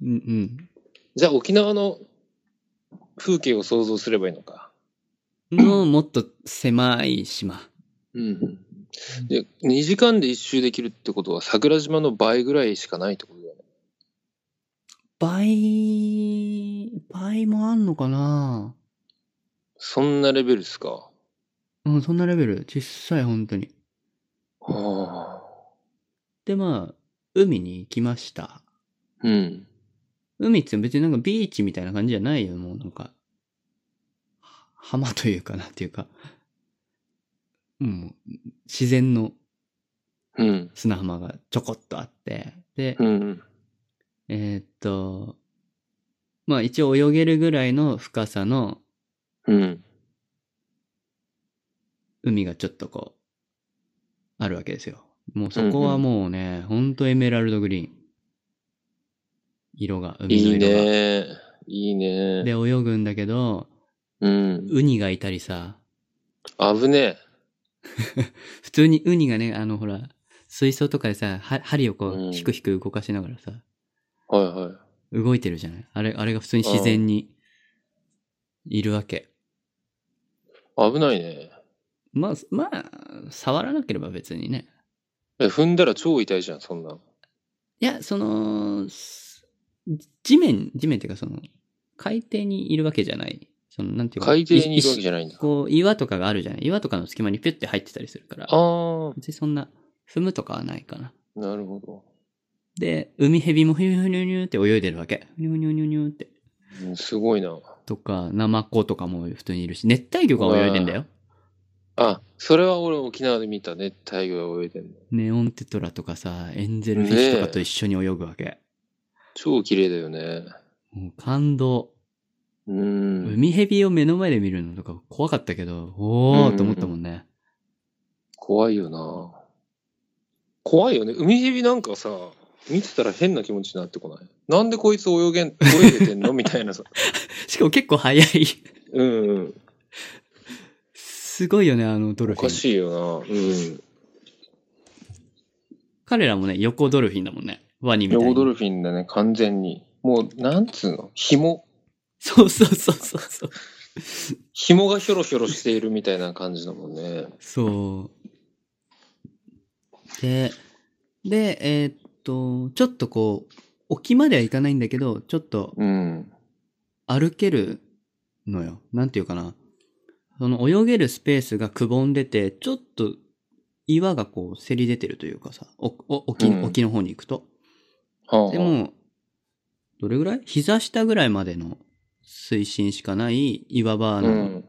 うんうん。じゃあ沖縄の風景を想像すればいいのか。 の、もっと狭い島。うん。で、2時間で一周できるってことは桜島の倍ぐらいしかないってことだよね。倍、倍もあんのかなそんなレベルですか。うん、そんなレベル。小さい、本当に。ああ。で、まあ、海に行きました。うん。海って別になんかビーチみたいな感じじゃないよ、もうなんか。は浜というかなっていうか。うん、自然のうん。砂浜がちょこっとあって。で、うん。えーっと、まあ一応泳げるぐらいの深さのうん。海がちょっとこう、あるわけですよ。もうそこはもうね、ほんとエメラルドグリーン。色が、海のいい色が。ね。いいね。で、泳ぐんだけど、うん。ウニがいたりさ、危ね普通にウニがね、あのほら、水槽とかでさ、は針をこうんう、ひくひく動かしながらさ、え。はいはい。動いてるじゃないあれ、あれが普通に自然に、いるわけ。危ないね。まあ、まあ、触らなければ別にね。え、踏んだら超痛いじゃん、そんなん。いや、その、す地面、地面っていうかその、海底にいるわけじゃない。その、なんていうか。海底にいるわけゃじゃないんだ。こう、岩とかがあるじゃない岩とかの隙間にピュッて入ってたりするから。あ別にそんな、踏むとかはないかな。あ、なるほど。で、海蛇もふにゅふにゅふにゅって泳いでるわけ。ふにゅふにゅふにゅふにゅって。うんすごいな。とか、ナマコとかも普通にいるし、熱帯魚が泳いでんだよ。あ、それは俺沖縄で見たね。太陽が泳いでんの。ネオンテトラとかさ、エンゼルフィッシュとかと一緒に泳ぐわけ。超綺麗だよね。もう感動。うん。海蛇を目の前で見るのとか怖かったけど、おーと思ったもんね。怖いよな。怖いよね。海蛇なんかさ、見てたら変な気持ちになってこない。なんでこいつ泳げん、泳いでてんのみたい なさ。しかも結構早い。うんうん。すごいよね、あのドルおフィかン。しいよな。うん。彼らもね、横ドルフィンだもんね。ワニみたいに。ヨドルフィンだね、完全に。もう、なんつうの紐。そうそうそうそうそう。紐がひょろひょろしているみたいな感じだもんね。そう。で、で、えーっと、ちょっとこう、沖までは行かないんだけど、ちょっとうん。歩けるのよ。なんていうかな。その泳げるスペースがくぼんでて、ちょっと岩がこう、せり出てるというかさ、おお沖うん沖の方に行くと。はあ、はあ。でも、どれぐらい膝下ぐらいまでの水深しかない岩場うなの。ん。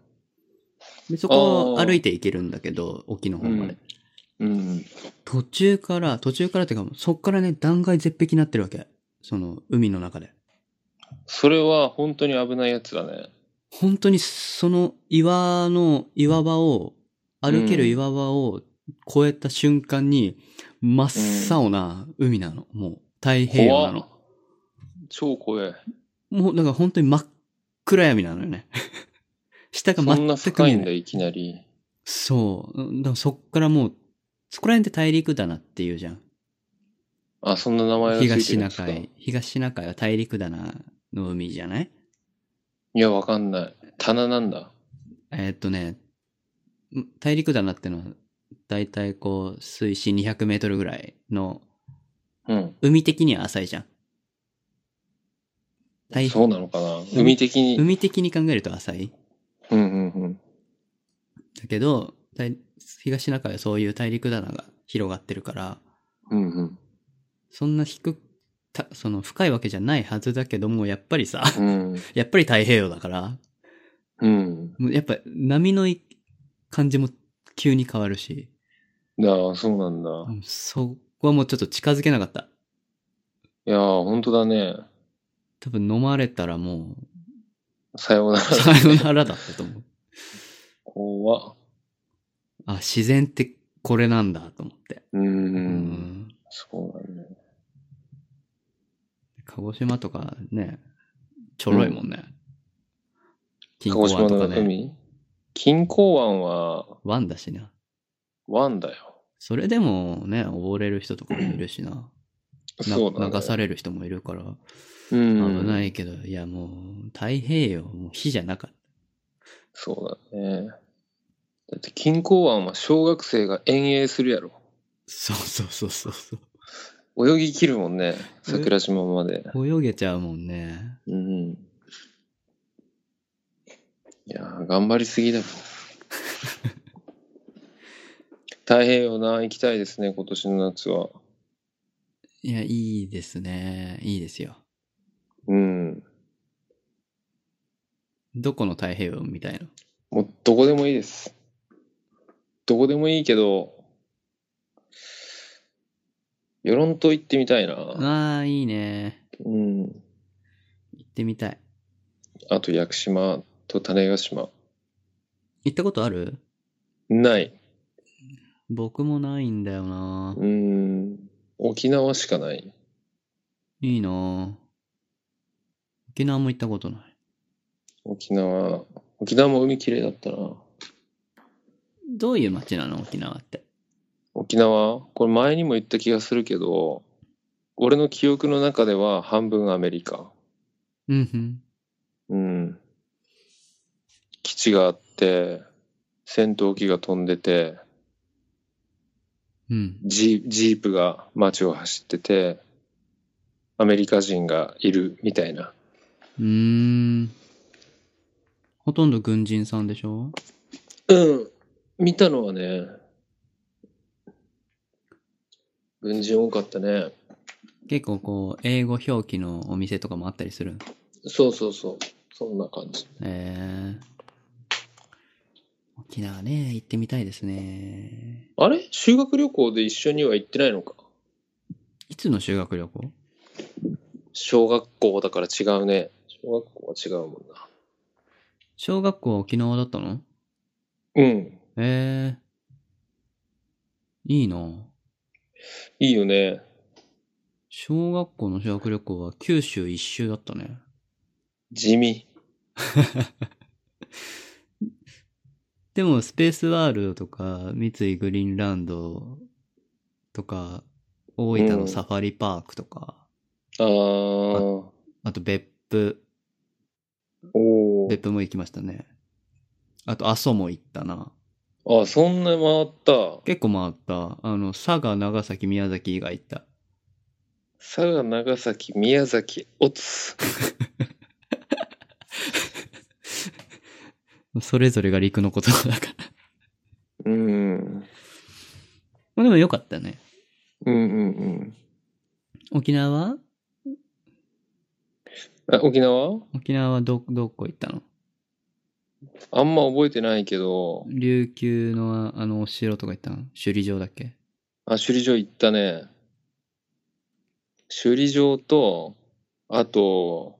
でそこをあー歩いて行けるんだけど、沖の方まで。うんうん。途中から、途中からっていうか、そっからね、断崖絶壁になってるわけ。その、海の中で。それは本当に危ないやつだね。本当に、その岩の、岩場を、歩ける岩場を越えた瞬間に、真っ青な海なの。もう、太平洋なの。超怖え。もう、だから本当に真っ暗闇なのよね。 下がそんな全く深見えいなんいだ、。いきなり。そう。うんだからそっからもう、そこら辺って大陸だなっていうじゃん。あ、そんな名前がついて東シるんですナか海。東シナ海は大陸だなの海じゃないいや、わかんない。棚なんだ。えーっとね、ん大陸棚ってのは、だいたいこう、水深200メートルぐらいの、うん。海的には浅いじゃん。大そうなのかな。海的に。海的に考えると浅い。うんうんうん。だけど、大東シナ海はそういう大陸棚が広がってるから、うんうん。そんな低く、たその深いわけじゃないはずだけども、やっぱりさ、 うん。やっぱり太平洋だから、うん。もうやっぱ波のい感じも急に変わるし、だそうなんだ。うんそこはもうちょっと近づけなかった。いやー、本当だね。多分飲まれたらもさようなう、ら。さよならだったと思う。怖っ。あ、自然ってこれなんだと思って。うー。うんん。そうだね。鹿児島とかね、ちょろいもんね。金鹿庫児島湾とかのね。海金港湾は湾だしな。湾だよ。それでもね、溺れる人とかもいるしな。なそうだね。流される人もいるから、危危。ないいけど、いやもう、太平洋、もう火じゃなかっそうだね。だって金港湾は小学生が遠泳するやろ。た。そうそうそうそうそう。泳ぎ切るもんね。桜島まで。泳げちゃうもんね。うん。いやー、頑張りす ぎだろ。太平洋な、行きたいですね、今年の夏は。いや、いいですね。いいですよ。うん。どこの太平洋みたいな。もう、どこでもいいです。どこでもいいけど、与論島行ってみたいな。ああ、いいね。うん。行ってみたい。あと、屋久島と種子島。行ったことあるない。僕もないんだよな。うん。沖縄しかない。いいな。沖縄も行ったことない。沖縄。沖縄も海綺麗だったな。どういう街なの沖縄って。沖縄これ前にも言った気がするけど俺の記憶の中では半分アメリカうんふん。うん基地があって戦闘機が飛んでてうん。ジジープが街を走っててアメリカ人がいるみたいなうーん。ほとんど軍人さんでしょうん見たのはね軍人多かったね結構こう、英語表記のお店とかもあったりする。そうそうそうそんな感じえー。沖縄ね、行ってみたいですね。あれ修学旅行で一緒には行ってないのかいつの修学旅行小学校だから違うね。小学校は違うもんな。小学校は沖縄だったのうん。えー。いいなぁいいよね。小学校の修学旅行は九州一周だったね。地味。でも、スペースワールドとか、三井グリーンランドとか、大分のサファリパークとか、あー。おあと別府、おー。別府も行きましたね。あと、阿蘇も行ったな。あ、そんな回った。結構回った。あの、佐賀、長崎、宮崎以外行った。佐賀、長崎、宮崎、おつ。それぞれが陸のことだから。 うん。まあでもよかったね。うんうん沖縄はうん。あ、沖縄沖縄はど、どこ行ったのあんま覚えてないけど、琉球のああのお城とか行ったの首里城だっけあ、首里城行ったね。首里城と、あと、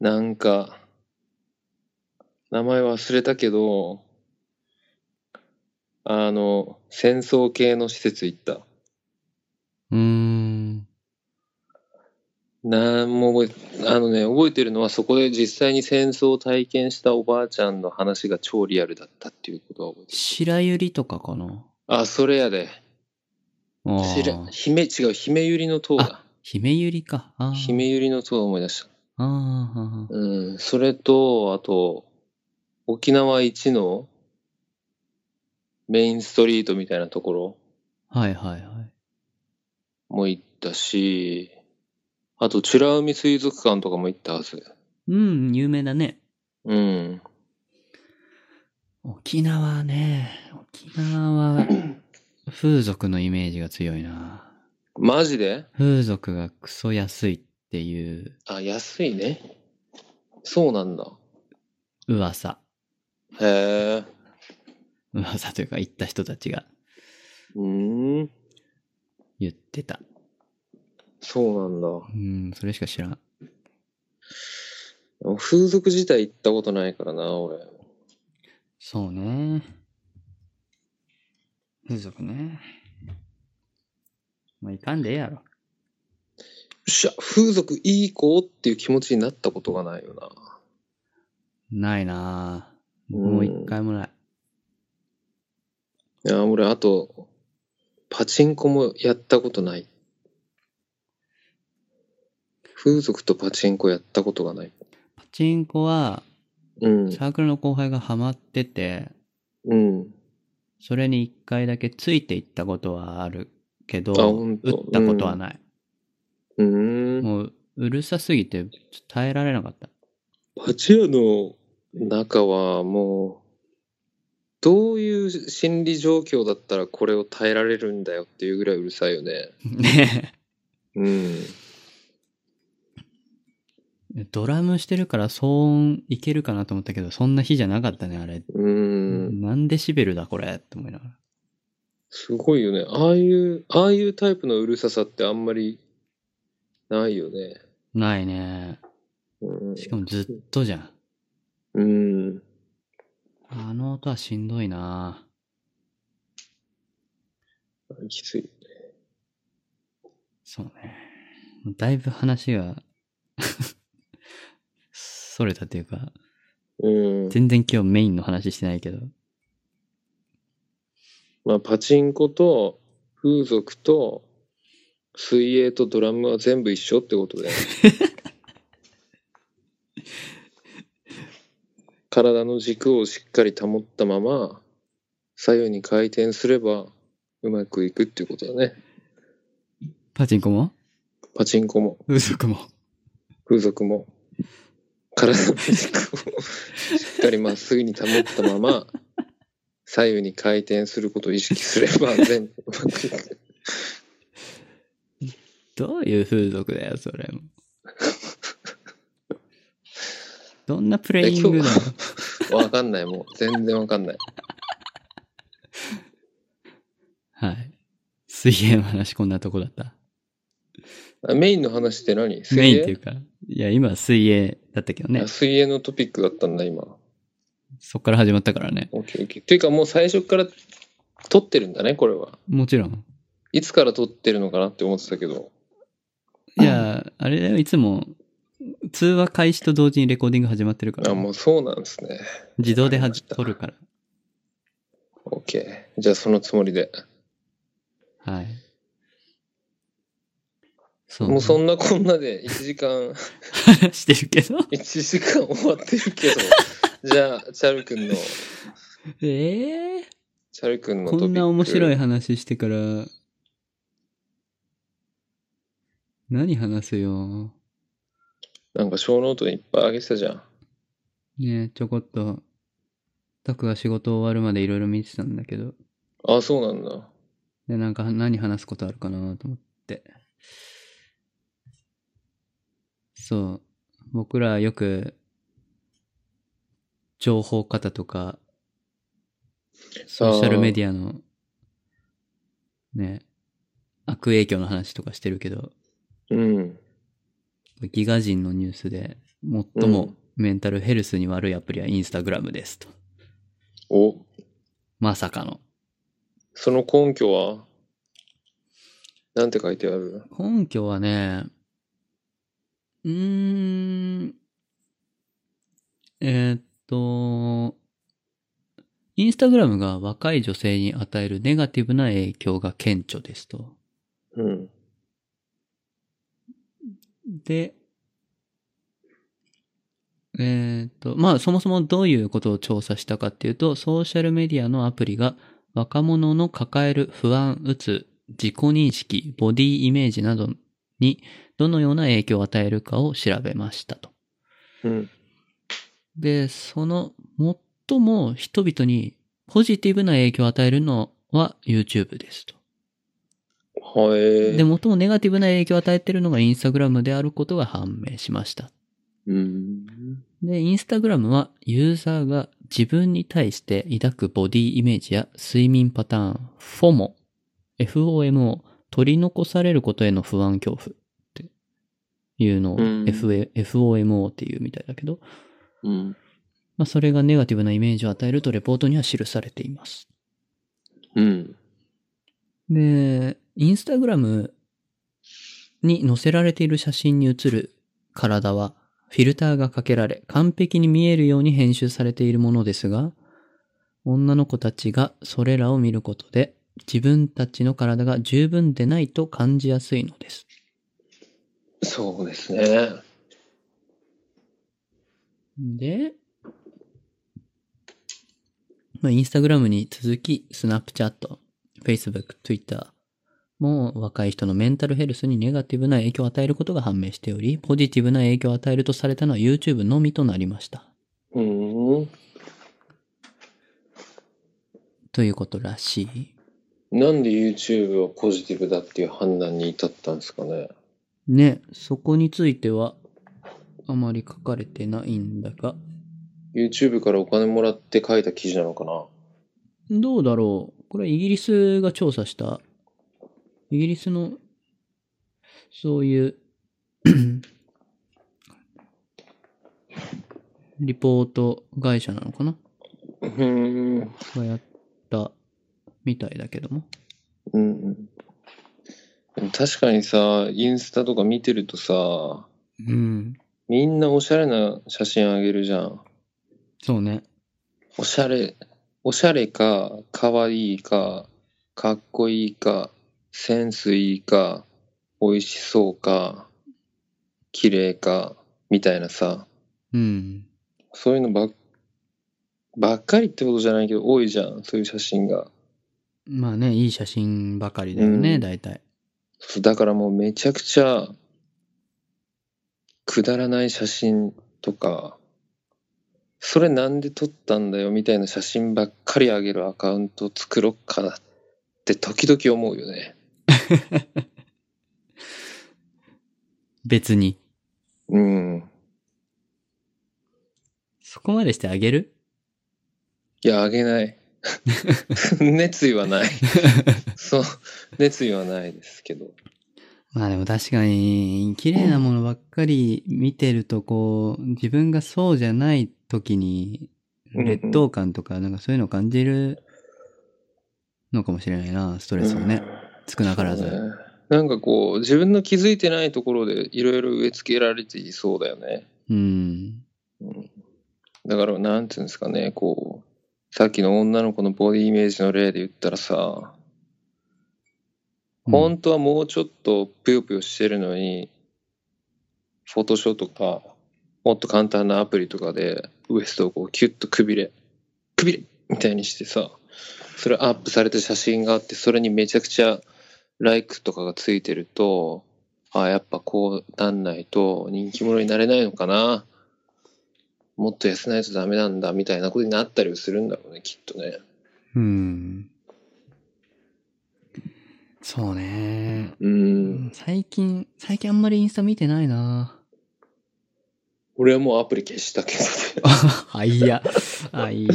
なんか、名前忘れたけど、あの、戦争系の施設行った。うーん。なんも覚えて、あのね、覚えてるのはそこで実際に戦争を体験したおばあちゃんの話が超リアルだったっていうことは覚えてる。白百合とかかなあ、それやで。ああ。知ら姫、違う、姫百合の塔だ。姫ゆりか。ああ。姫百合の塔を思い出した。ああ。うん、それと、あと、沖縄一のメインストリートみたいなところはいはいはい。も行ったし、あと、美ら海水族館とかも行ったはず。うん、有名だね。うん。沖縄ね。沖縄 は、風俗のイメージが強いな。マジで風俗がクソ安いっていうあ、安いね。そうなんだ。噂。へえ。噂というか行った人たちがうーん。言ってた。そうなんだ。うん、それしか知らん。でも風俗自体行ったことないからな、俺。そうね。風俗ね。まあ、いかんでええやろ。しゃ、風俗いい子っていう気持ちになったことがないよな。ないなぁ。うん僕も一回もない。いや、俺、あと、パチンコもやったことない。風俗とパチンコやったことがない。パチンコは、うん。サークルの後輩がハマってて、うん。それに一回だけついていったことはあるけど、あほん打とったことはない。うーん。もう、うるさすぎて、ちょっと耐えられなかった。パチ屋の中はもう、どういう心理状況だったらこれを耐えられるんだよっていうぐらいうるさいよね。ね うん。ドラムしてるから騒音いけるかなと思ったけど、そんな日じゃなかったね、あれ。うん。何デシベルだ、これって思いながら。すごいよね。ああいう、ああいうタイプのうるささってあんまりないよね。ないね。うん。しかもずっとじゃん。うん。あの音はしんどいなきつい。そうね。だいぶ話が、それたというか、うん。全然今日メインの話してないけど。まあ、パチンコと風俗と水泳とドラムは全部一緒ってことで。体の軸をしっかり保ったまま左右に回転すればうまくいくっていうことだね。パチンコもパチンコも風俗も。風俗も体の軸をしっかりまっすぐに保ったまま左右に回転することを意識すれば全部うまくいく。どういう風俗だよ、それも。どんなプレイングだよ。わかんない、もう。全然わかんない。はい。水泳の話こんなとこだった。あメインの話って何水泳メインっていうか、いや、今水泳だったけどねあ。水泳のトピックだったんだ、今。そっから始まったからね。オッケーオッケー。っていうか、もう最初から撮ってるんだね、これは。もちろん。いつから撮ってるのかなって思ってたけど。いや、あれだよ、いつも、通話開始と同時にレコーディング始まってるからあ、、もうそうなんですね。自動でわはかりました撮るから。オッケー。じゃあ、そのつもりで。はい。そもうそんなこんなで1時間、 話してるけど。 1時間終わってる けど。じゃあ、チャル君の、ええチャル君のトピック。こんな面白い。話してから、何話すよ。なんか、小ノートにいっぱいあげてたじゃん。ねえちょこっと、タクが仕事終わるまでいろいろ見てたんだけど、あ、そうなんだ。で、なんか何話すことあるかなと思って。そう。僕らよく、情報型とか、ソーシャルメディアの、ね、悪影響の話とかしてるけど、うん。ギガ人のニュースで、最もメンタルヘルスに悪いアプリはインスタグラムですと。お、まさかの。その根拠はなんて書いてある根拠はね、うーん、えーっと、インスタグラムが若い女性に与えるネガティブな影響が顕著ですと。うん。で、えーっと、まあそもそもどういうことを調査したかっていうと、ソーシャルメディアのアプリが若者の抱える不安、うつ、自己認識、ボディイメージなどにどのような影響を与えるかを調べましたと。うん。で、その最も人々にポジティブな影響を与えるのは YouTube ですと。はい、で、最もネガティブな影響を与えているのが Instagram であることが判明しました。うん。で、インスタグラムはユーザーが自分に対して抱くボディイメージや睡眠パターン、FOMO、FOMO、取り残されることへの不安恐怖っていうのを、うん FA FOMO っていうみたいだけど、うん。まあそれがネガティブなイメージを与えるとレポートには記されています。うん。で、インスタグラムに載せられている写真に写る体は、フィルターがかけられ、完璧に見えるように編集されているものですが、女の子たちがそれらを見ることで、自分たちの体が十分でないと感じやすいのです。そうですね。で、まあ、インスタグラムに続き、スナップチャット、Facebook、Twitter も若い人のメンタルヘルスにネガティブな影響を与えることが判明しており、ポジティブな影響を与えるとされたのは YouTube のみとなりました。うん。うん。ということらしい。なんで YouTube はポジティブだっていう判断に至ったんですかね。ね、そこについては、あまり書かれてないんだが、 YouTube からお金もらって書いた記事なのかなどうだろうこれはイギリスが調査した、イギリスの、そういう、 リポート会社なのかなうん。うんがやったみたいだけども。うん。でも確かにさ、インスタとか見てるとさ、うん。みんなおしゃれな写真あげるじゃん。そうね。おしゃれ、おしゃれか、かわいいか、かっこいいか、センスいいか、美味しそうか、綺麗か、みたいなさ、うん。そういうのばっ、ばっかりってことじゃないけど、多いじゃん、そういう写真が。まあね、いい写真ばかりだよね、うん大体。そうだからもうめちゃくちゃ、くだらない写真とか、それなんで撮ったんだよみたいな写真ばっかりあげるアカウント作ろっかなって時々思うよね。別に。うん。そこまでしてあげるいや、あげ ない。熱意はない。そう、熱意はないですけど。まあでも確かに、綺麗なものばっかり見てると、こう、自分がそうじゃない時に、うんうん劣等感とか、なんかそういうのを感じるのかもしれないな、ストレスをね。少なからそうず。ねなんかこう、自分の気づいてないところでいろいろ植え付けられていそうだよね。うん。うんだから、なんていうんですかね、こう、さっきの女の子のボディイメージの例で言ったらさ、う本ん当はもうちょっとぷよぷよしてるのに、フォトショーとか、もっと簡単なアプリとかで、ウエストをこうキュッとくびれ、くびれみたいにしてさ、それアップされた写真があって、それにめちゃくちゃライクとかがついてると、ああ、やっぱこうなんないと人気者になれないのかな。もっと痩せないとダメなんだ、みたいなことになったりするんだろうね、きっとね。うん。そうね。うん。最近、最近あんまりインスタ見てないな。 俺はもうアプリ消したけどね、 あ、いや。あ、いや。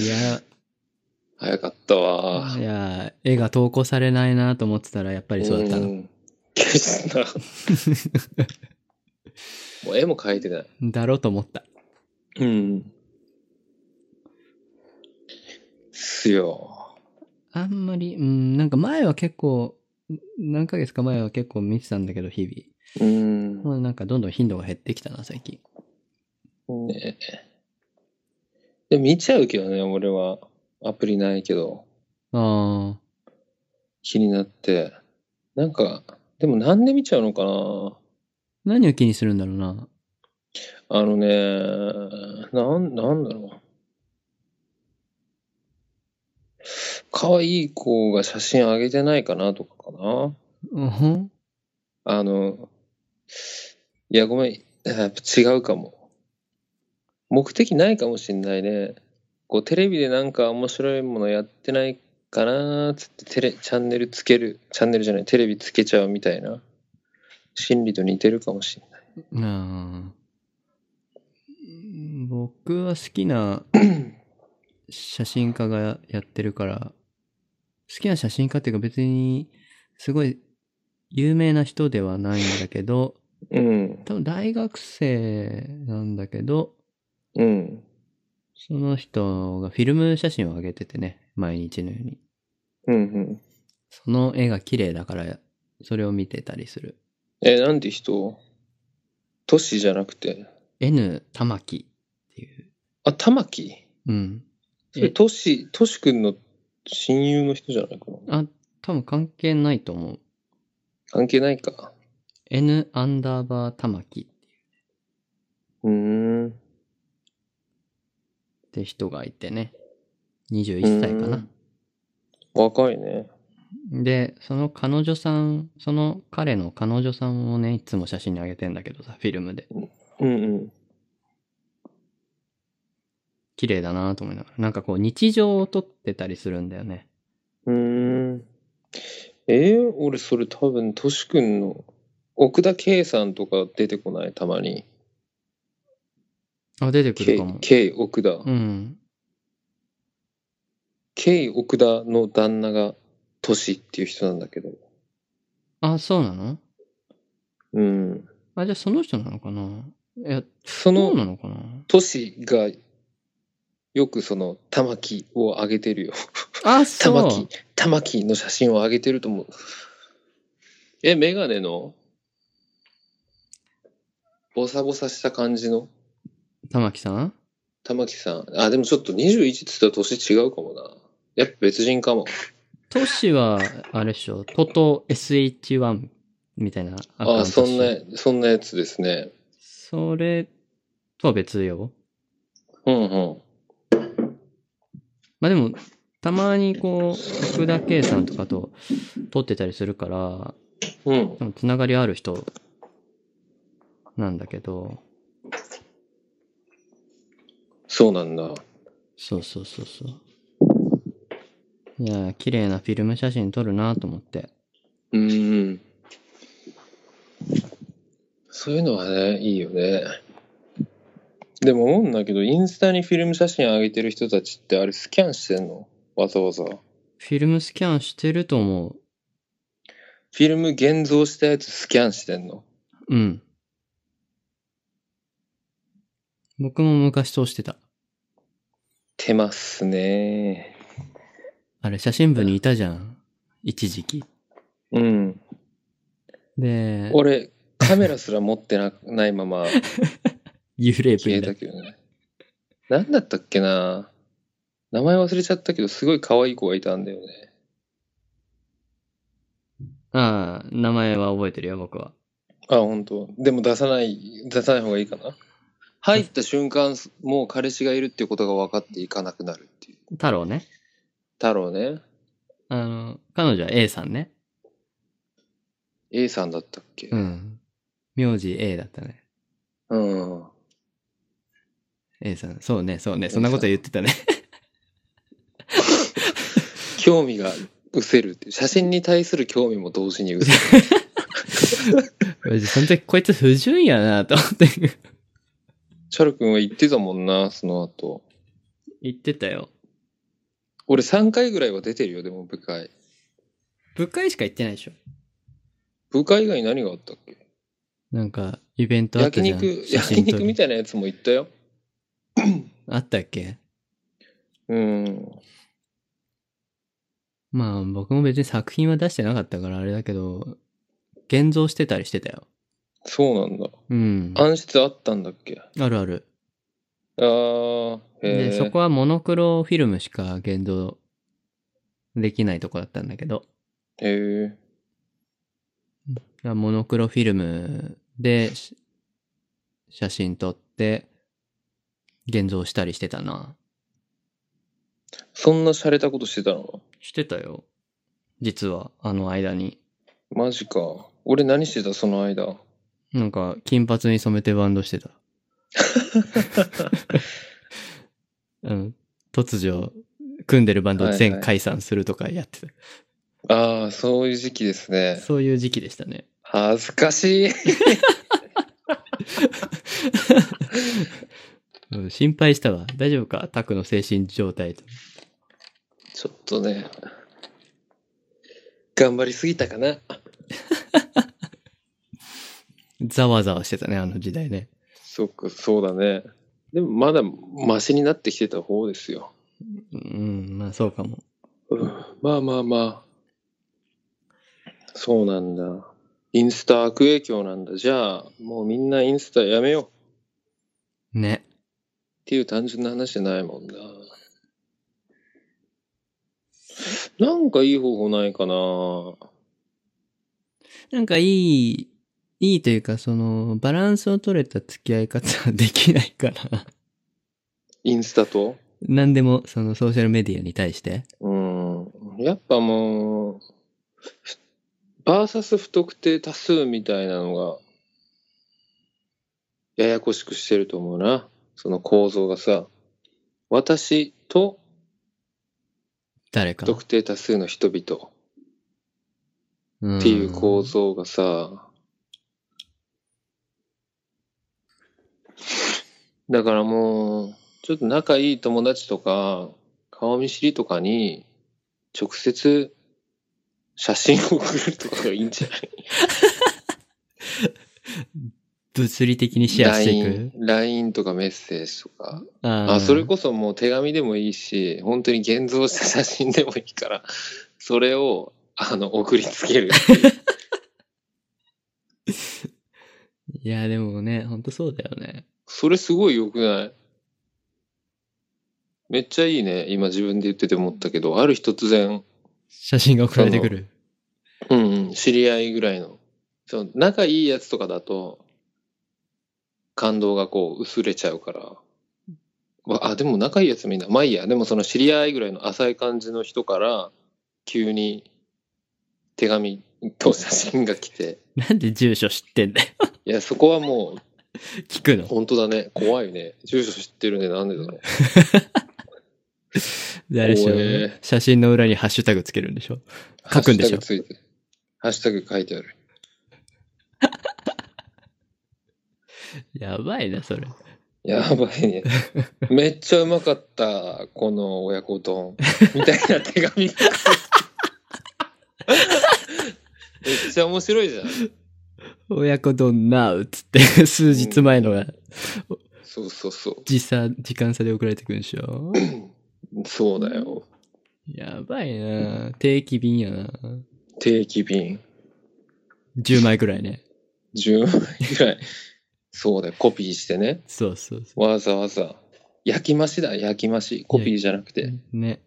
早かったわ。いや、絵が投稿されないなと思ってたら、やっぱりそうだったの。ん消したな。もう絵も描いてない。だろうと思った。うん。すよ。あんまり、うん、なんか前は結構、ん何ヶ月か前は結構見てたんだけど、日うん。々。もうなんかどんどん頻度が減ってきたな、最近。ねで見ちゃうけどね、俺は。アプリないけど。ああ、気になって。なんか、でもなんで見ちゃうのかな何を気にするんだろうな。あのね、なん、なんだろう。可愛い子が写真あげてないかなとかかな。うんほんあの、いや、ごめん。やっぱ違うかも。目的ないかもしんないね。こう、テレビでなんか面白いものやってないかなーっつって、テレ、チャンネルつける、チャンネルじゃない、テレビつけちゃうみたいな。心理と似てるかもしんない。あー僕は好きな写真家がやってるから、好きな写真家っていうか別に、すごい有名な人ではないんだけど、うん、多分大学生なんだけど、うん、その人がフィルム写真を上げててね、毎日のように。うん、うん。その絵が綺麗だから、それを見てたりする。え、なんで人都市じゃなくて。 N 玉木っていう。あ、玉木うん。それえ都市、都市くんの親友の人じゃないかな。あ、多分関係ないと思う。関係ないか。 N アンダーバー玉木うーん。って人がいてね。21歳かな。若いね。で、その彼女さん、その彼の彼女さんをね、いつも写真に上げてんだけどさ、フィルムで。うんうん。綺麗だなと思いながら。なんかこう、日常を撮ってたりするんだよね。うーん。えー、俺それ多分、としくんの、奥田圭さんとか出てこないたまに。あ、出てくる K かも、。 K 奥田。うん。 K 奥田の旦那が、としっていう人なんだけど。あ、そうなのうん。あ、じゃあその人なのかないや、そそうなの、のかなとしが、よくその、玉木をあげてるよ。あ、玉そう木。、玉木の写真を上げてると思う。え、メガネのボサボサした感じの玉木さん玉木さん。あ、でもちょっと21って言ったら年違うかもな。やっぱ別人かも。都市は、あれっしょ、トト SH1 みたいなアカウンあトっしょそんな、そんなやつですね。それとは別よ。うんうん。まあでも、たまにこう、福田圭さんとかと撮ってたりするから、うん。でもつながりある人なんだけど、そうなんだ。そうそうそうそう。いやー、綺麗なフィルム写真撮るなと思って。うん。そういうのはね、いいよね。でも思うんだけど、インスタにフィルム写真上げてる人たちってあれスキャンしてんのわざわざ。フィルムスキャンしてると思フィルム現像したやつスキャンしてんのう。うん。僕も昔通してた。手ますねあれ、写真部にいたじゃん。一時期。うんで、俺カメラすら持ってなないまま幽霊部消員えだた。けどね何だったっけな名前忘れちゃったけどすごい可愛い子がいたんだよねああ、名前は覚えてるよ、僕は。あ本当。でも出さない出さない方がいいかな入った瞬間もう彼氏がいるっていうことが分かっていかなくなるっていう太郎ね。太郎ねあの、彼女は A さんね。 A さんだったっけうん。名字 A だったね。うん、 A さん。そうね、そうね。そんなこと言ってたね。興味が失せるっていう写真に対する興味も同時に失せる 俺その時、こいつ不純やなと思っ て。チャル君は言ってたもんな、その後。言ってたよ。俺3回ぐらいは出てるよ、でも部会。部会しか行ってないでしょ。部会以外に何があったっけなんか、イベントあった焼じゃん。肉、写焼真撮る肉みたいなやつも行ったよ。あったっけうん。まあ、僕も別に作品は出してなかったからあれだけど、現像してたりしてたよ。そうなんだ。うん。暗室あったんだっけああるある。ー、へで、え。そこはモノクロフィルムしか現像できないとこだったんだけど、へえ。モノクロフィルムでし写真撮って、現像したりしてたな。そんな洒落たことしてたのしてたよ。実は、あの間に。マジか。俺何してた、その間。なんか、金髪に染めてバンド してた。うん、突如、組んでるバンドはいは全い解散するとかやってた。あー、そういう時期ですね。そういう時期でしたね。恥ずかしい。うん心配したわ。大丈夫かタクの精神状態と。ちょっとね、頑張りすぎたかな。ざわざわしてたね、あの時代ね。そっか、そうだね。でもまだマシになってきてた方ですよ。うん、まあそうかも。うんまあまあまあ。そうなんだ。インスタ悪影響なんだ。じゃあ、もうみんなインスタやめようっね。ていう単純な話じゃないもんな。なんかいい方法ないかな。なんかいい、いいというか、その、バランスを取れた付き合い方はできないかな。インスタと。何でも、そのソーシャルメディアに対して。うん。やっぱもう、バーサス不特定多数みたいなのが、ややこしくしてると思うな。その構造がさ、私と誰か。特定多数の人々っっていう構造がさ、だからもう、ちょっと仲いい友達とか、顔見知りとかに、直接、写真を送るとかがいいんじゃない物理的にシェア してい LINE く。 LINE とかメッセージとか。ああ、それここそもう手紙でもいいし、本当に現像した写真でもいいから、それを、あの、送りつける。 いや、でもね、ほんとそうだよね。それすごい良くないめっちゃいいね。今自分で言ってて思ったけど、ある日突然、写真が送られてくる。うんうん、知り合いぐらいの、その仲いいやつとかだと、感動がこう薄れちゃうから。まあ、あでも仲いいやつみんな、まあいいや。でもその知り合いぐらいの浅い感じの人から、急に手紙と写真が来て、なんで住所知ってんだよ。 いや、そこはもう聞くの。本当だね。怖いね。住所知ってるね。なんでだろう。誰しろ、おえ写真の裏にハッシュタグつけるんでしょ書くんでしょハッシュタグついてる。ハッシュタグ書いてある。やばいな、それ。やばいね。 めっちゃうまかった、この親子丼。みたいな手紙が来る。めっちゃ面白いじゃん。親子丼なうっつって、 数日前のがそうそうそ時差、時間差で送られてくるんでしょう。そうだよ。やばいな定期便やな定期便。 10枚ぐらいね。 10枚ぐらい。そうだよ。コピーしてね。そうそうそわざわざ。焼き増しだ、焼き増し。コピーじゃなくて。う。ね。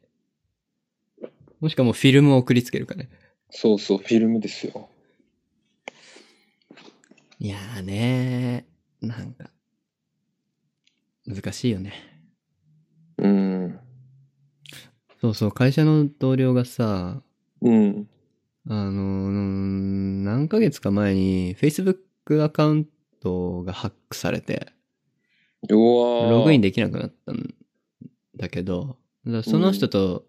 もしかもうフィルムを送りつけるかね。そうそう、フィルムですよ。いやーねー、なんか、難しいよね。うん。そうそう、会社の同僚がさ、うん。あのーうん何ヶ月か前に Facebook アカウントがハックされて、うわーログインできなくなったんだけど、だからその人と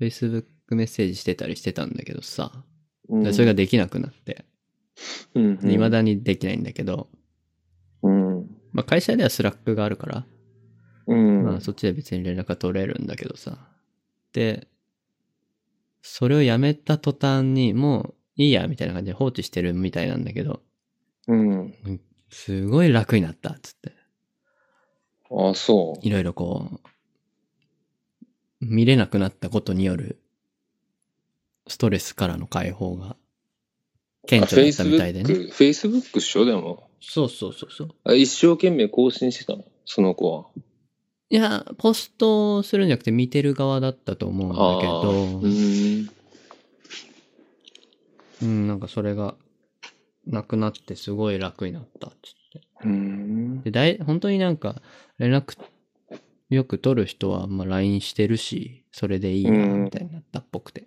Facebook メッセージしてたりしてたんだけどさ、うでん、それができなくなって、うん、うん。未だにできないんだけど、うん。まあ会社ではスラックがあるから、うん。まあそっちで別に連絡が取れるんだけどさ。で、それをやめた途端にもういいやみたいな感じで放置してるみたいなんだけど、うん。すごい楽になったっつって。あ、そう。いろいろこう、見れなくなったことによるストレスからの解放が顕著だったみたいでね。フェイスブックっしょでも。そうそうそうそう。あ一生懸命更新してたのその子は。いや、ポストするんじゃなくて見てる側だったと思うんだけど、うーん。うん、なんかそれが、なくなってすごい楽になったっつって。うーん。で、だい、本当になんか、連絡、よく取る人は、まあ、LINE してるし、それでいいな、みたいになったっぽくて。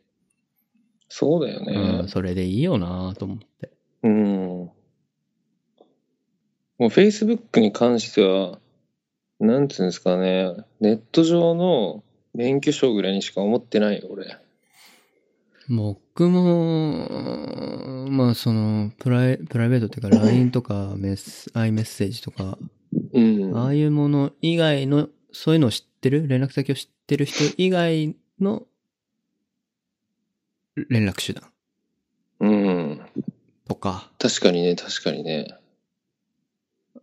そうだようん、ね。それでいいよなと思って。うん。もうフェイスブックに関しては、なんつうんですかね、ネット上の免許証ぐらいにしか思ってないよ、俺。僕も、まあ、その、プライ、プライベートっていうか、LINE とか、メス、アイメッセージとか、うん。ああいうもの以外の、そういうのを知ってる連絡先を知ってる人以外の、連絡手段。うん。とか。確かにね、確かにね。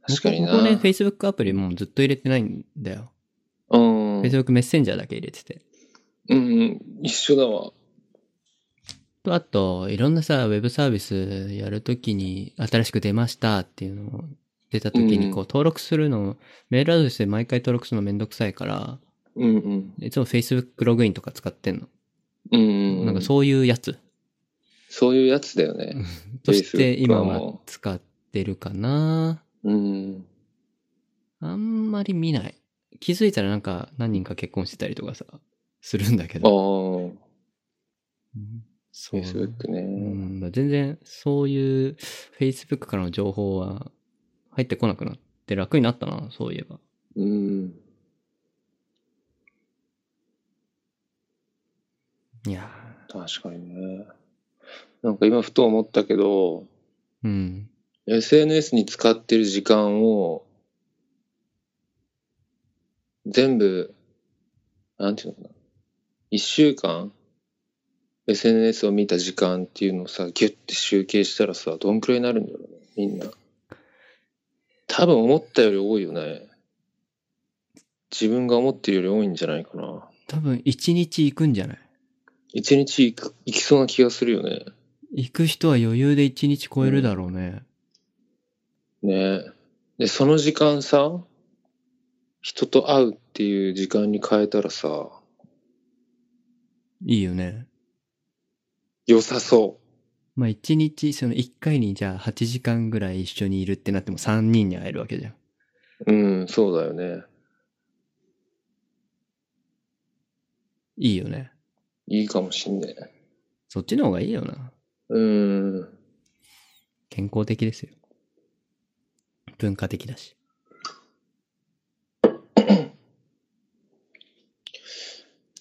確かにな。僕ここね、Facebook アプリもうずっと入れてないんだよ。うん。うん Facebook メッセンジャーだけ入れてて。うん。一緒だわ。と、あと、いろんなさ、ウェブサービスやるときに、新しく出ましたっていうのを出たときうに、んこう、登録するの、メールアドレスで毎回登録するのめんどくさいから、うんうん。いつも Facebook ログインとか使ってんの。うんうんうん。なんかそういうやつそういうやつだよね。として今 Facebook ははも使ってるかな。うん。あんまり見ない。気づいたらなんか何人か結婚してたりとかさ、するんだけああど。、うんそう。 Facebook うね。ん、全然そういう Facebook からの情報は入ってこなくなって楽になったな、そういえば。うん。いや確かにね。なんか今ふと思ったけど、ーうん。 SNS に使ってる時間を、全部、なんていうのかな。一週間、SNS を見た時間っていうのをさ、ギュッて集計したらさ、どんくらいになるんだろうね、みんな。多分思ったより多いよね。自分が思ってるより多いんじゃないかな。多分一日行くんじゃない一日いくいきそうな気がするよね。行く人は余裕で一日超えるだろうね。ねで、その時間さ、人と会うっていう時間に変えたらさ、いいよね。良さそまあ一日、その一回にじゃあ8時間ぐらい一緒にいるってなっても3人に会えるわけじゃん。う。うん、そうだよね。いいよね。いいかもしんねえ。そっちの方がいいよな。うん。健康的ですよ。文化的だし。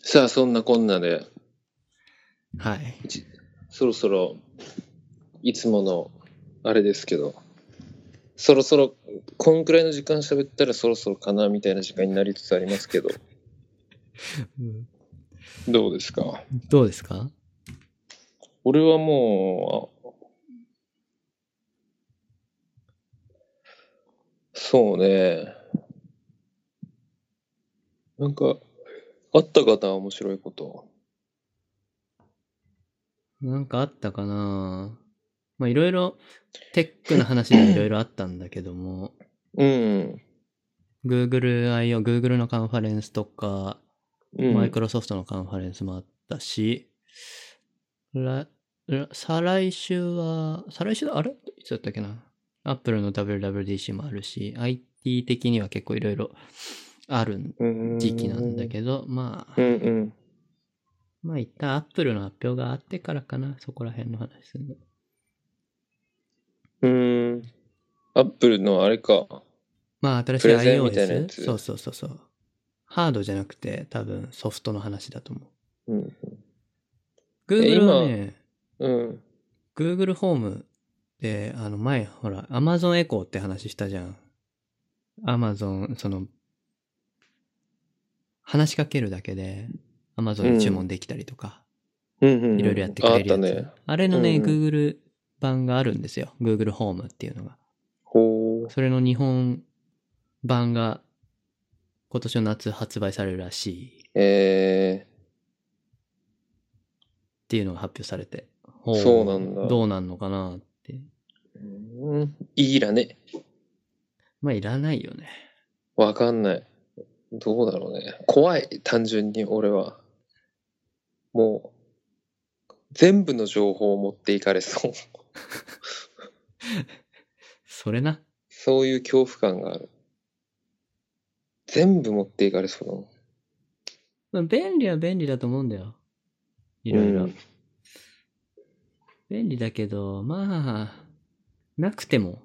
さあ、そんなこんなで、はい。そろそろ、いつもの、あれですけど、そろそろ、こんくらいの時間喋ったらそろそろかな、みたいな時間になりつつありますけど、どうですかどうですか俺はもう、そうね。なんか、あった方は面白いこと。なんかあったかなまあいろいろ、テックの話でいろいろあったんだけど も、うん。 Google IO、Google のカンファレンスとか、うん、マイクロソフトのカンファレンスもあったし、らら再来週は、再来週だあれいつだったっけなアップルの WWDC もあるし、IT 的には結構いろいろある時期なんだけど、まあう、んうん。まあ一旦アップルの発表があってからかな、そこら辺の話するの。うん。アップルのあれか。まあ新しいプレゼンみたいなや iOS? つそうそうそうそう。ハードじゃなくて多分ソフトの話だと思うん。う。え Google はね、うん。 Google ホームで、あの前、ほら、Amazon エコーって話したじゃん。Amazon、その、話しかけるだけで Amazon に注文できたりとか、うんうん。いろいろやってくれるやつ。あったね。あれのね、うん Google 版があるんですよ。Google ホームっていうのが。ほそれの日本版が今年の夏発売されるらしいっう。えていうのが発表されて。ほうそうなんだどうなんのかなって。ー。うん。いいらね。まあ、いらないよね。わかんない。どうだろうね。怖い、単純に俺は。もう、全部の情報を持っていかれそう。 それな。そういう恐怖感がある。全部持っていかれそうだもん。まあ、便利は便利だと思うんだよ。いろいろ。うん便利だけど、まあ、なくても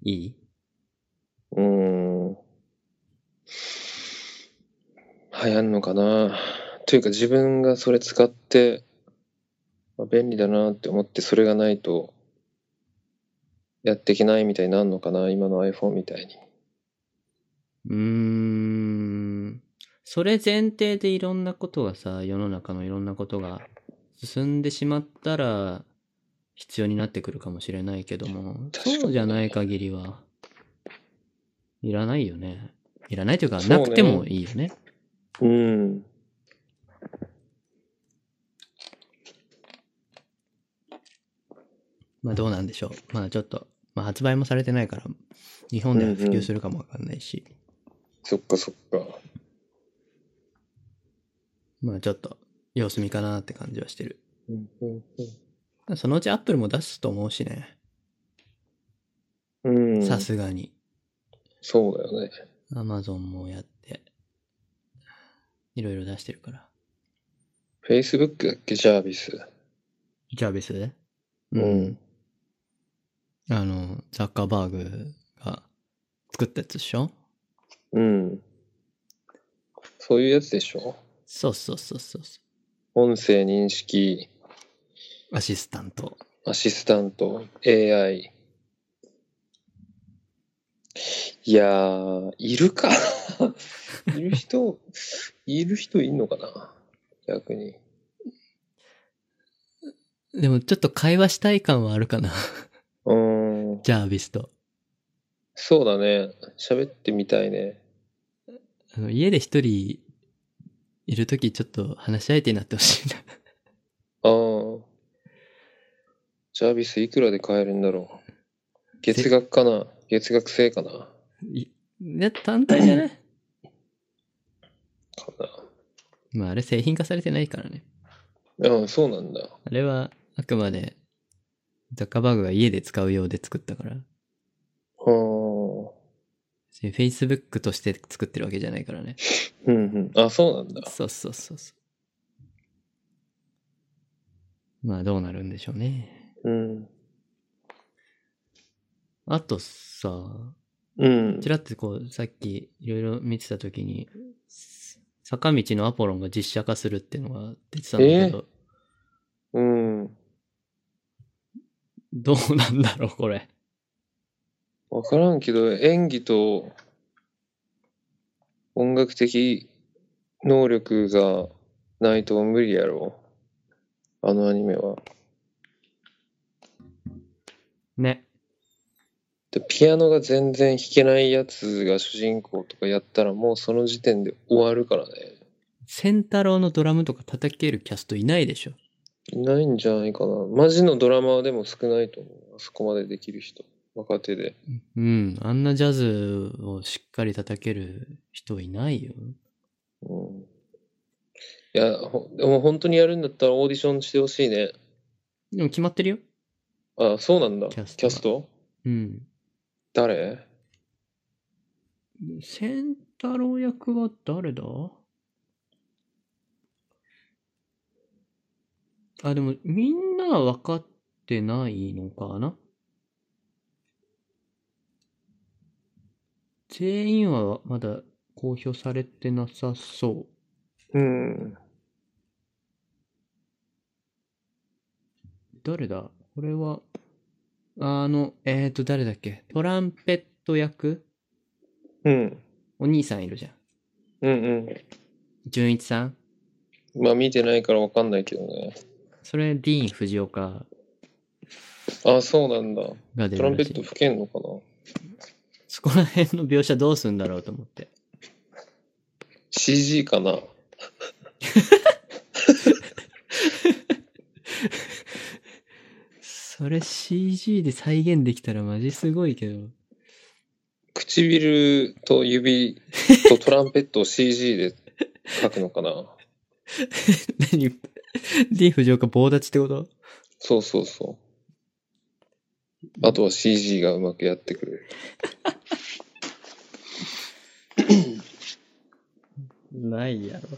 いい。うーん。流行んのかなというか自分がそれ使って、まあ便利だなって思ってそれがないと、やっていけないみたいになるのかな今の iPhone みたいに。うーん。それ前提でいろんなことがさ、世の中のいろんなことが進んでしまったら、必要になってくるかもしれないけども、確かにそうじゃない限りは、いらないよね。いらないというか、そうねなくてもいいよね。うん。まあどうなんでしょう。まあちょっと、まあ発売もされてないから、日本では普及するかもわかんないし、そっかそっか。まあちょっと、様子見かなって感じはしてる。うんうんそのうちアップルも出すと思うしね。うん。うんさすがに。そうだよね。アマゾンもやって、いろいろ出してるから。 Facebook だっけジャービス。ジャービスでうん。あの、ザッカーバーグが作ったやつでしょうん。そういうやつでしょそうそうそうそうそう。音声認識、アシスタント。アシスタント、AI。いやー、いるか いる人、いる人いんのかな逆に。でもちょっと会話したい感はあるかな。 うーん、ジャービスと。そうだね。喋ってみたいね。あの、家で一人いるときちょっと話し相手になってほしいな。 あー。ジャービスいくらで買えるんだろう。月額かな月額制かないいや、単体じゃ ないかなまああれ製品化されてないからね。うん、そうなんだ。あれはあくまでザッカーバーグが家で使うようで作ったから。あー。別に Facebook として作ってるわけじゃないからね。うんうん。あ、そうなんだ。そうそうそうそう。まあどうなるんでしょうね。うん。あとさ、うんち。らってこう、さっきいろいろ見てたときに、す坂道のアポロンが実写化するっていうのが出てたんだけど、うん。どうなんだろう、これ。わからんけど、演技と音楽的能力がないと無理やろ。あのアニメは。ね。でピアノが全然弾けないやつが主人公とかやったらもうその時点で終わるからね。センタロウのドラムとか叩けるキャストいないでしょ。いないんじゃないかな。マジのドラマはでも少ないと思う。あそこまでできる人。若手で。うん。あんなジャズをしっかり叩ける人いないよ。うん。いや、ほでも本当にやるんだったらオーディションしてほしいね。でも決まってるよ。あ、そうなんだ。キャストがキャストうん。誰センタロウ役は誰だあ、でもみんなは分かってないのかな全員はまだ公表されてなさそう。うん。誰だこれは、あの、えっ、ー、と、誰だっけトランペット役うん。お兄さんいるじゃん。うん純一さんうん。まあ見てないからわかんないけどね。それ、ディーン・フジオカあ、そうなんだ。が出トラるンらペしッいト吹けんのかなそこら辺の描写どうすんだろうと思って。 ?CG かなそれ CG で再現できたらマジすごいけど。唇と 指とトランペットを CG で描くのかな 何ディーン・フジオカ棒立ちってことそうそうそう。あとは CG がうまくやってくれる。ないやろ。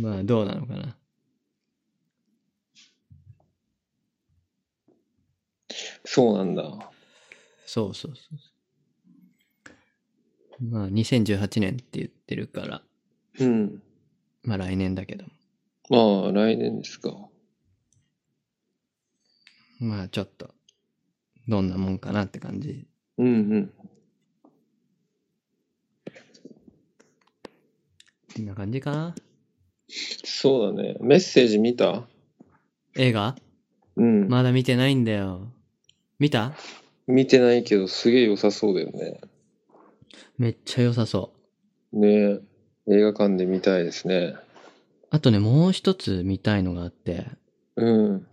まあ、どうなのかな。そうなんだ。そうそうそうそう。まあ、2018年って言ってるから、うん。まあ来年だけど。まあ、来年ですか。まあ、ちょっと、どんなもんかなって感じ。うんうん。こんな感じかな。そうだね。メッセージ見た映画うん。まだ見てないんだよ。見た見てないけど、すげえ良さそうだよね。めっちゃ良さそう。ねえ。映画館で見たいですね。あとね、もう一つ見たいのがあって、うん。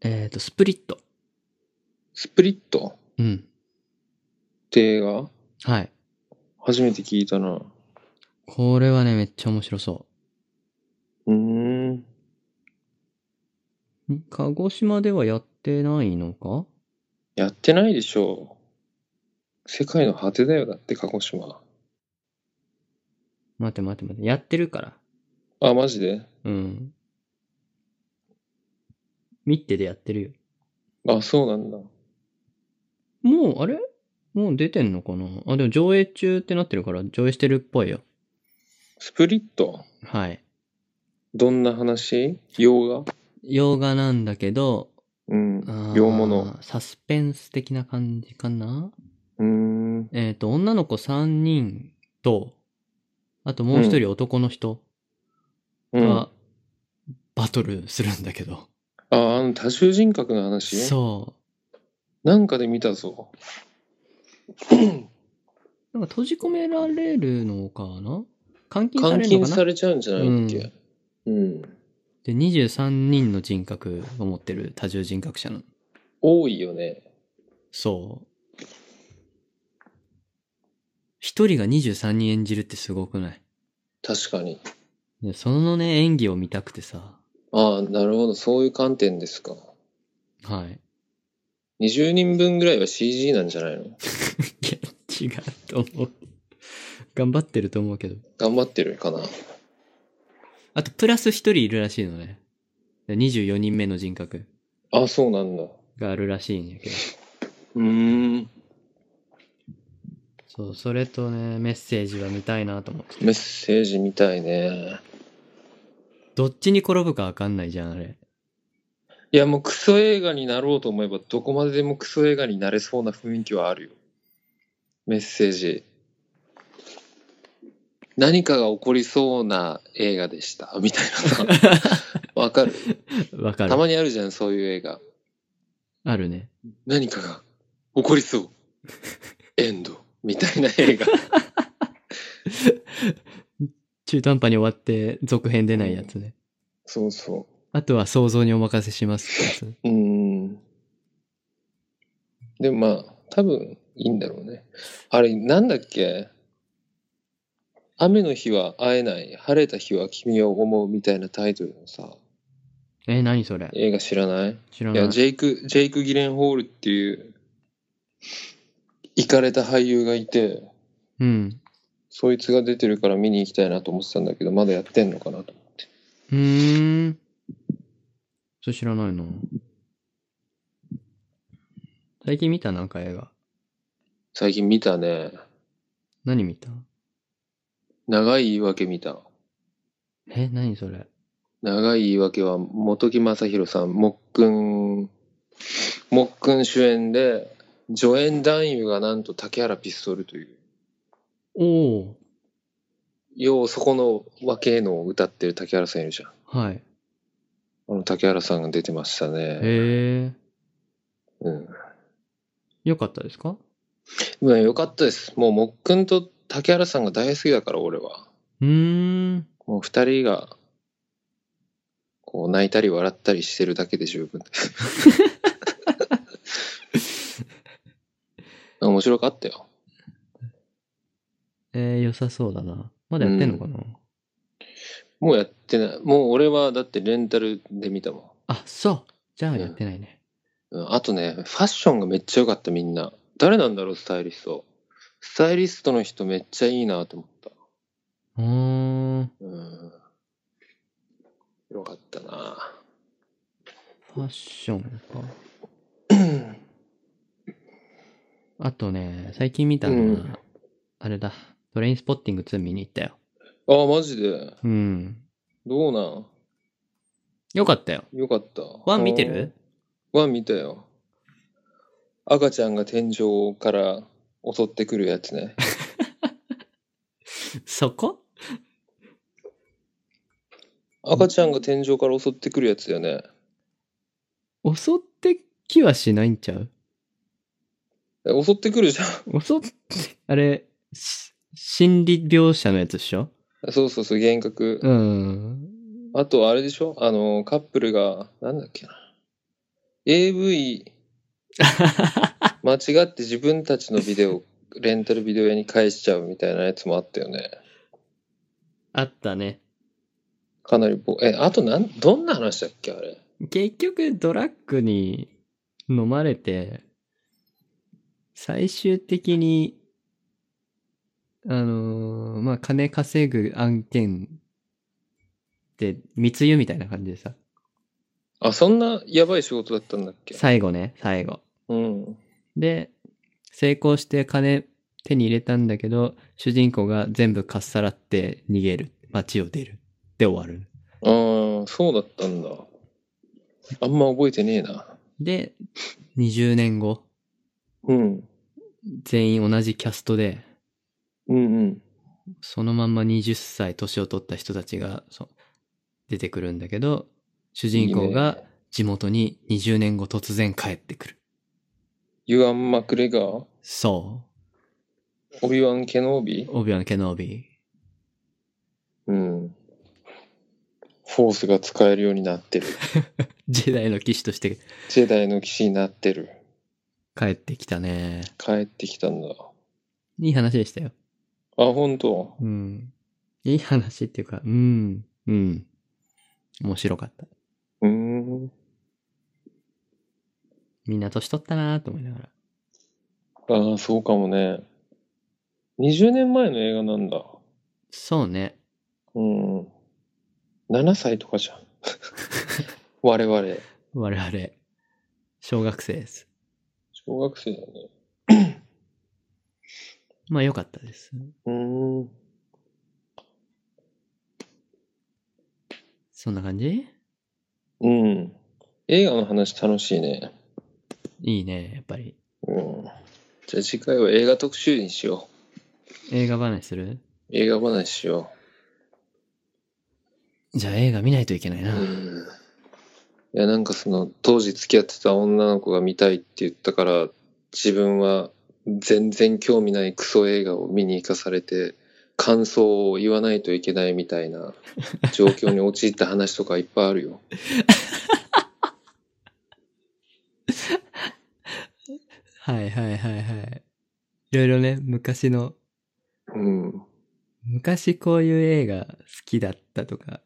えっ、と、スプリット。スプリットうん。って映画はい。初めて聞いたな。うこれはね、めっちゃ面白そーん。う。ん鹿児島ではやってないのかやってないでしょう。世界の果てだよ、だって、鹿児島。待って待って待って。やってるから。あ、マジでうん。ミッテでやってるよ。あ、そうなんだ。もう、あれもう出てんのかなあ、でも上映中ってなってるから、上映してるっぽいよ。スプリットはい。どんな話洋画洋画なんだけど、うんあー。洋物。。サスペンス的な感じかなうーん。えっ、と、女の子3人と、あともう一人男の人うん。があ、バトルするんだけど。あの、多重人格の話そなんかで見たぞ。う。なんか閉じ込められるのかな監禁さ監れる禁のかさなれちゃうんじゃないっけうん。で、23人の人格を持ってる多重人格者なの。多いよね。そう。一人が23人演じるってすごくない確かに。でそのね、演技を見たくてさ。ああ、なるほど。そういう観点ですか。はい。 20人分ぐらいは CG なんじゃないのいや、違うと思う。頑張ってると思うけど。頑張ってるかな。あと、プラス一人いるらしいのね。で24人目の人格あ、そうなんだ。うがあるらしいんやけど。ーん。そう、それとね、メッセージは見たいなと思って。メッセージみたいね。どっちに転ぶかわかんないじゃん、あれ。いや、もうクソ映画になろうと思えば、どこまででもクソ映画になれそうな雰囲気はあるよ。メッセージ。何かが起こりそうな映画でした。みたいなさ。わかるわかたる。まにあるじゃん、そういう映画。あるね。何かが起こりそう。エンド。みたいな映画。中途半端に終わって続編出ないやつね。そうそあとは想像にお任せしますってやつ。う。うーん。でもまあ、多分いいんだろうね。あれ、なんだっけ雨の日は会えない、晴れた日は君を思うみたいなタイトルのさ、え、何それ映画知らない知らいない。や、ジェイク、ジェイク・ギレンホールっていう、行かれた俳優がいて、うん。そいつが出てるから見に行きたいなと思ってたんだけど、まだやってんのかなと。うーん。それ知らないな。最近見たなんか映画。最近見たね。何見た長い言い訳見た。え、何それ長い言い訳は本木雅弘さんもっくんもっくん主演で助演男優がなんと竹原ピストルというおおようそこの若えのを歌ってる竹原さんいるじゃんはい。あの竹原さんが出てましたね、へえ。うんよかったですかまあよかったですもうもっくんと竹原さんが大好きだから俺はうーん。もう二人がこう泣いたり笑ったりしてるだけで十分です面白かったよえー、良さそうだな。まだやってんのかな、もうやってない。もう俺はだってレンタルで見たもあ、そう。じゃあやってないね。ん。うんあとね、ファッションがめっちゃ良かったみんな。誰なんだろう、スタイリスト。スタイリストの人めっちゃいいなと思った。うーん。うん。よかったなファッション か。あとね、最近見たのは、うんあれだ。トレインスポッティング2見に行ったよ。あ、マジで。うん。どうなんよかったよ。よかった。ワン見てるうんワン見たよ。赤ちゃんが天井から襲ってくるや つね。そこ赤ちゃんが天井から襲ってくるやつだよね。襲ってきはしないんちゃうえ襲ってくるじゃん。襲って、あれ、し心理描写のやつでしょそうそうそう、幻覚。うん。あと、あれでしょあの、カップルが、なんだっけな。AV、間違って自分たちのビデオ、レンタルビデオ屋に返しちゃうみたいなやつもあったよね。あったね。かなりぼ、え、あとなん、どんな話だっけあれ。結局、ドラッグに飲まれて、最終的に、あのーまあ、金稼ぐ案件って、密輸みたいな感じでさ、あ、そんなやばい仕事だったんだっけ最後ね、最後。うん。で、成功して金手に入れたんだけど、主人公が全部かっさらって逃げる。街を出る。で終わる。ああ、そうだったんだ。あんま覚えてねえな。で、20年後、うん。全員同じキャストで、うんうん。そのまんま20歳年を取った人たちがそう出てくるんだけど、主人公いいがね地元に20年後突然帰ってくる。ユアン・マクレガーそオビワン・ケノービう。オビワン・ケノービうん。フォースが使えるようになってる。ー。時代の騎士としてジェダイの騎士になってる。帰ってきたね。帰ってきたんだ。あ、いい話でしたよ。本当。うん。いい話っていうか、うん。うん。面白かった。うーん。みんな年取ったなーと思いながら。ああ、そうかもね。20年前の映画なんだ。そうね。うん。7歳とか じゃん。我々。我々、小学生です。小学生だよね。まあ良かったです。うーん。そんな感じうん。映画の話楽しいね。いいね、やっぱり。うん。じゃあ次回は映画特集にしよ映画話するう。映画話しよ。じゃあ映画見ないといけないううな。ん。いや、なんかその、当時付き合ってた女の子が見たいって言ったから、自分は全然興味ないクソ映画を見に行かされて、感想を言わないといけないみたいな状況に陥った話とかいっぱいあるよ。はいはいはいはい。いろいろね、昔の、うん。昔こういう映画好きだったとか、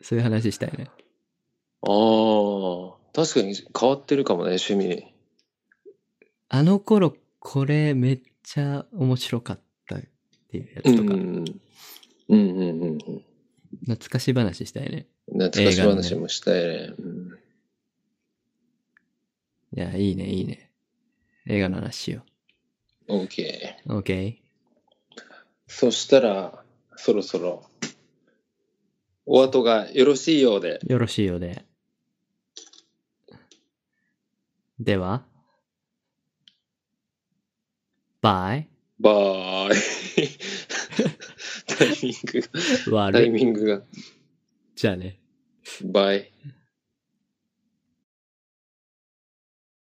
そういう話したいね。ああ、確かに変わってるかもね、趣味。あの頃これめっちゃ面白かったっていうやつとか、うんうんうんうんうん。懐かし話したいね。懐かし話もしたいね。うんいや、いいねいいね。映画の話しよ OK。う。OK? そしたら、そろそろ、お後がよろしいようで。よろしいようで。では、バイバーイ。タイミングが、悪タイい。ミングが、じゃあね。バイ。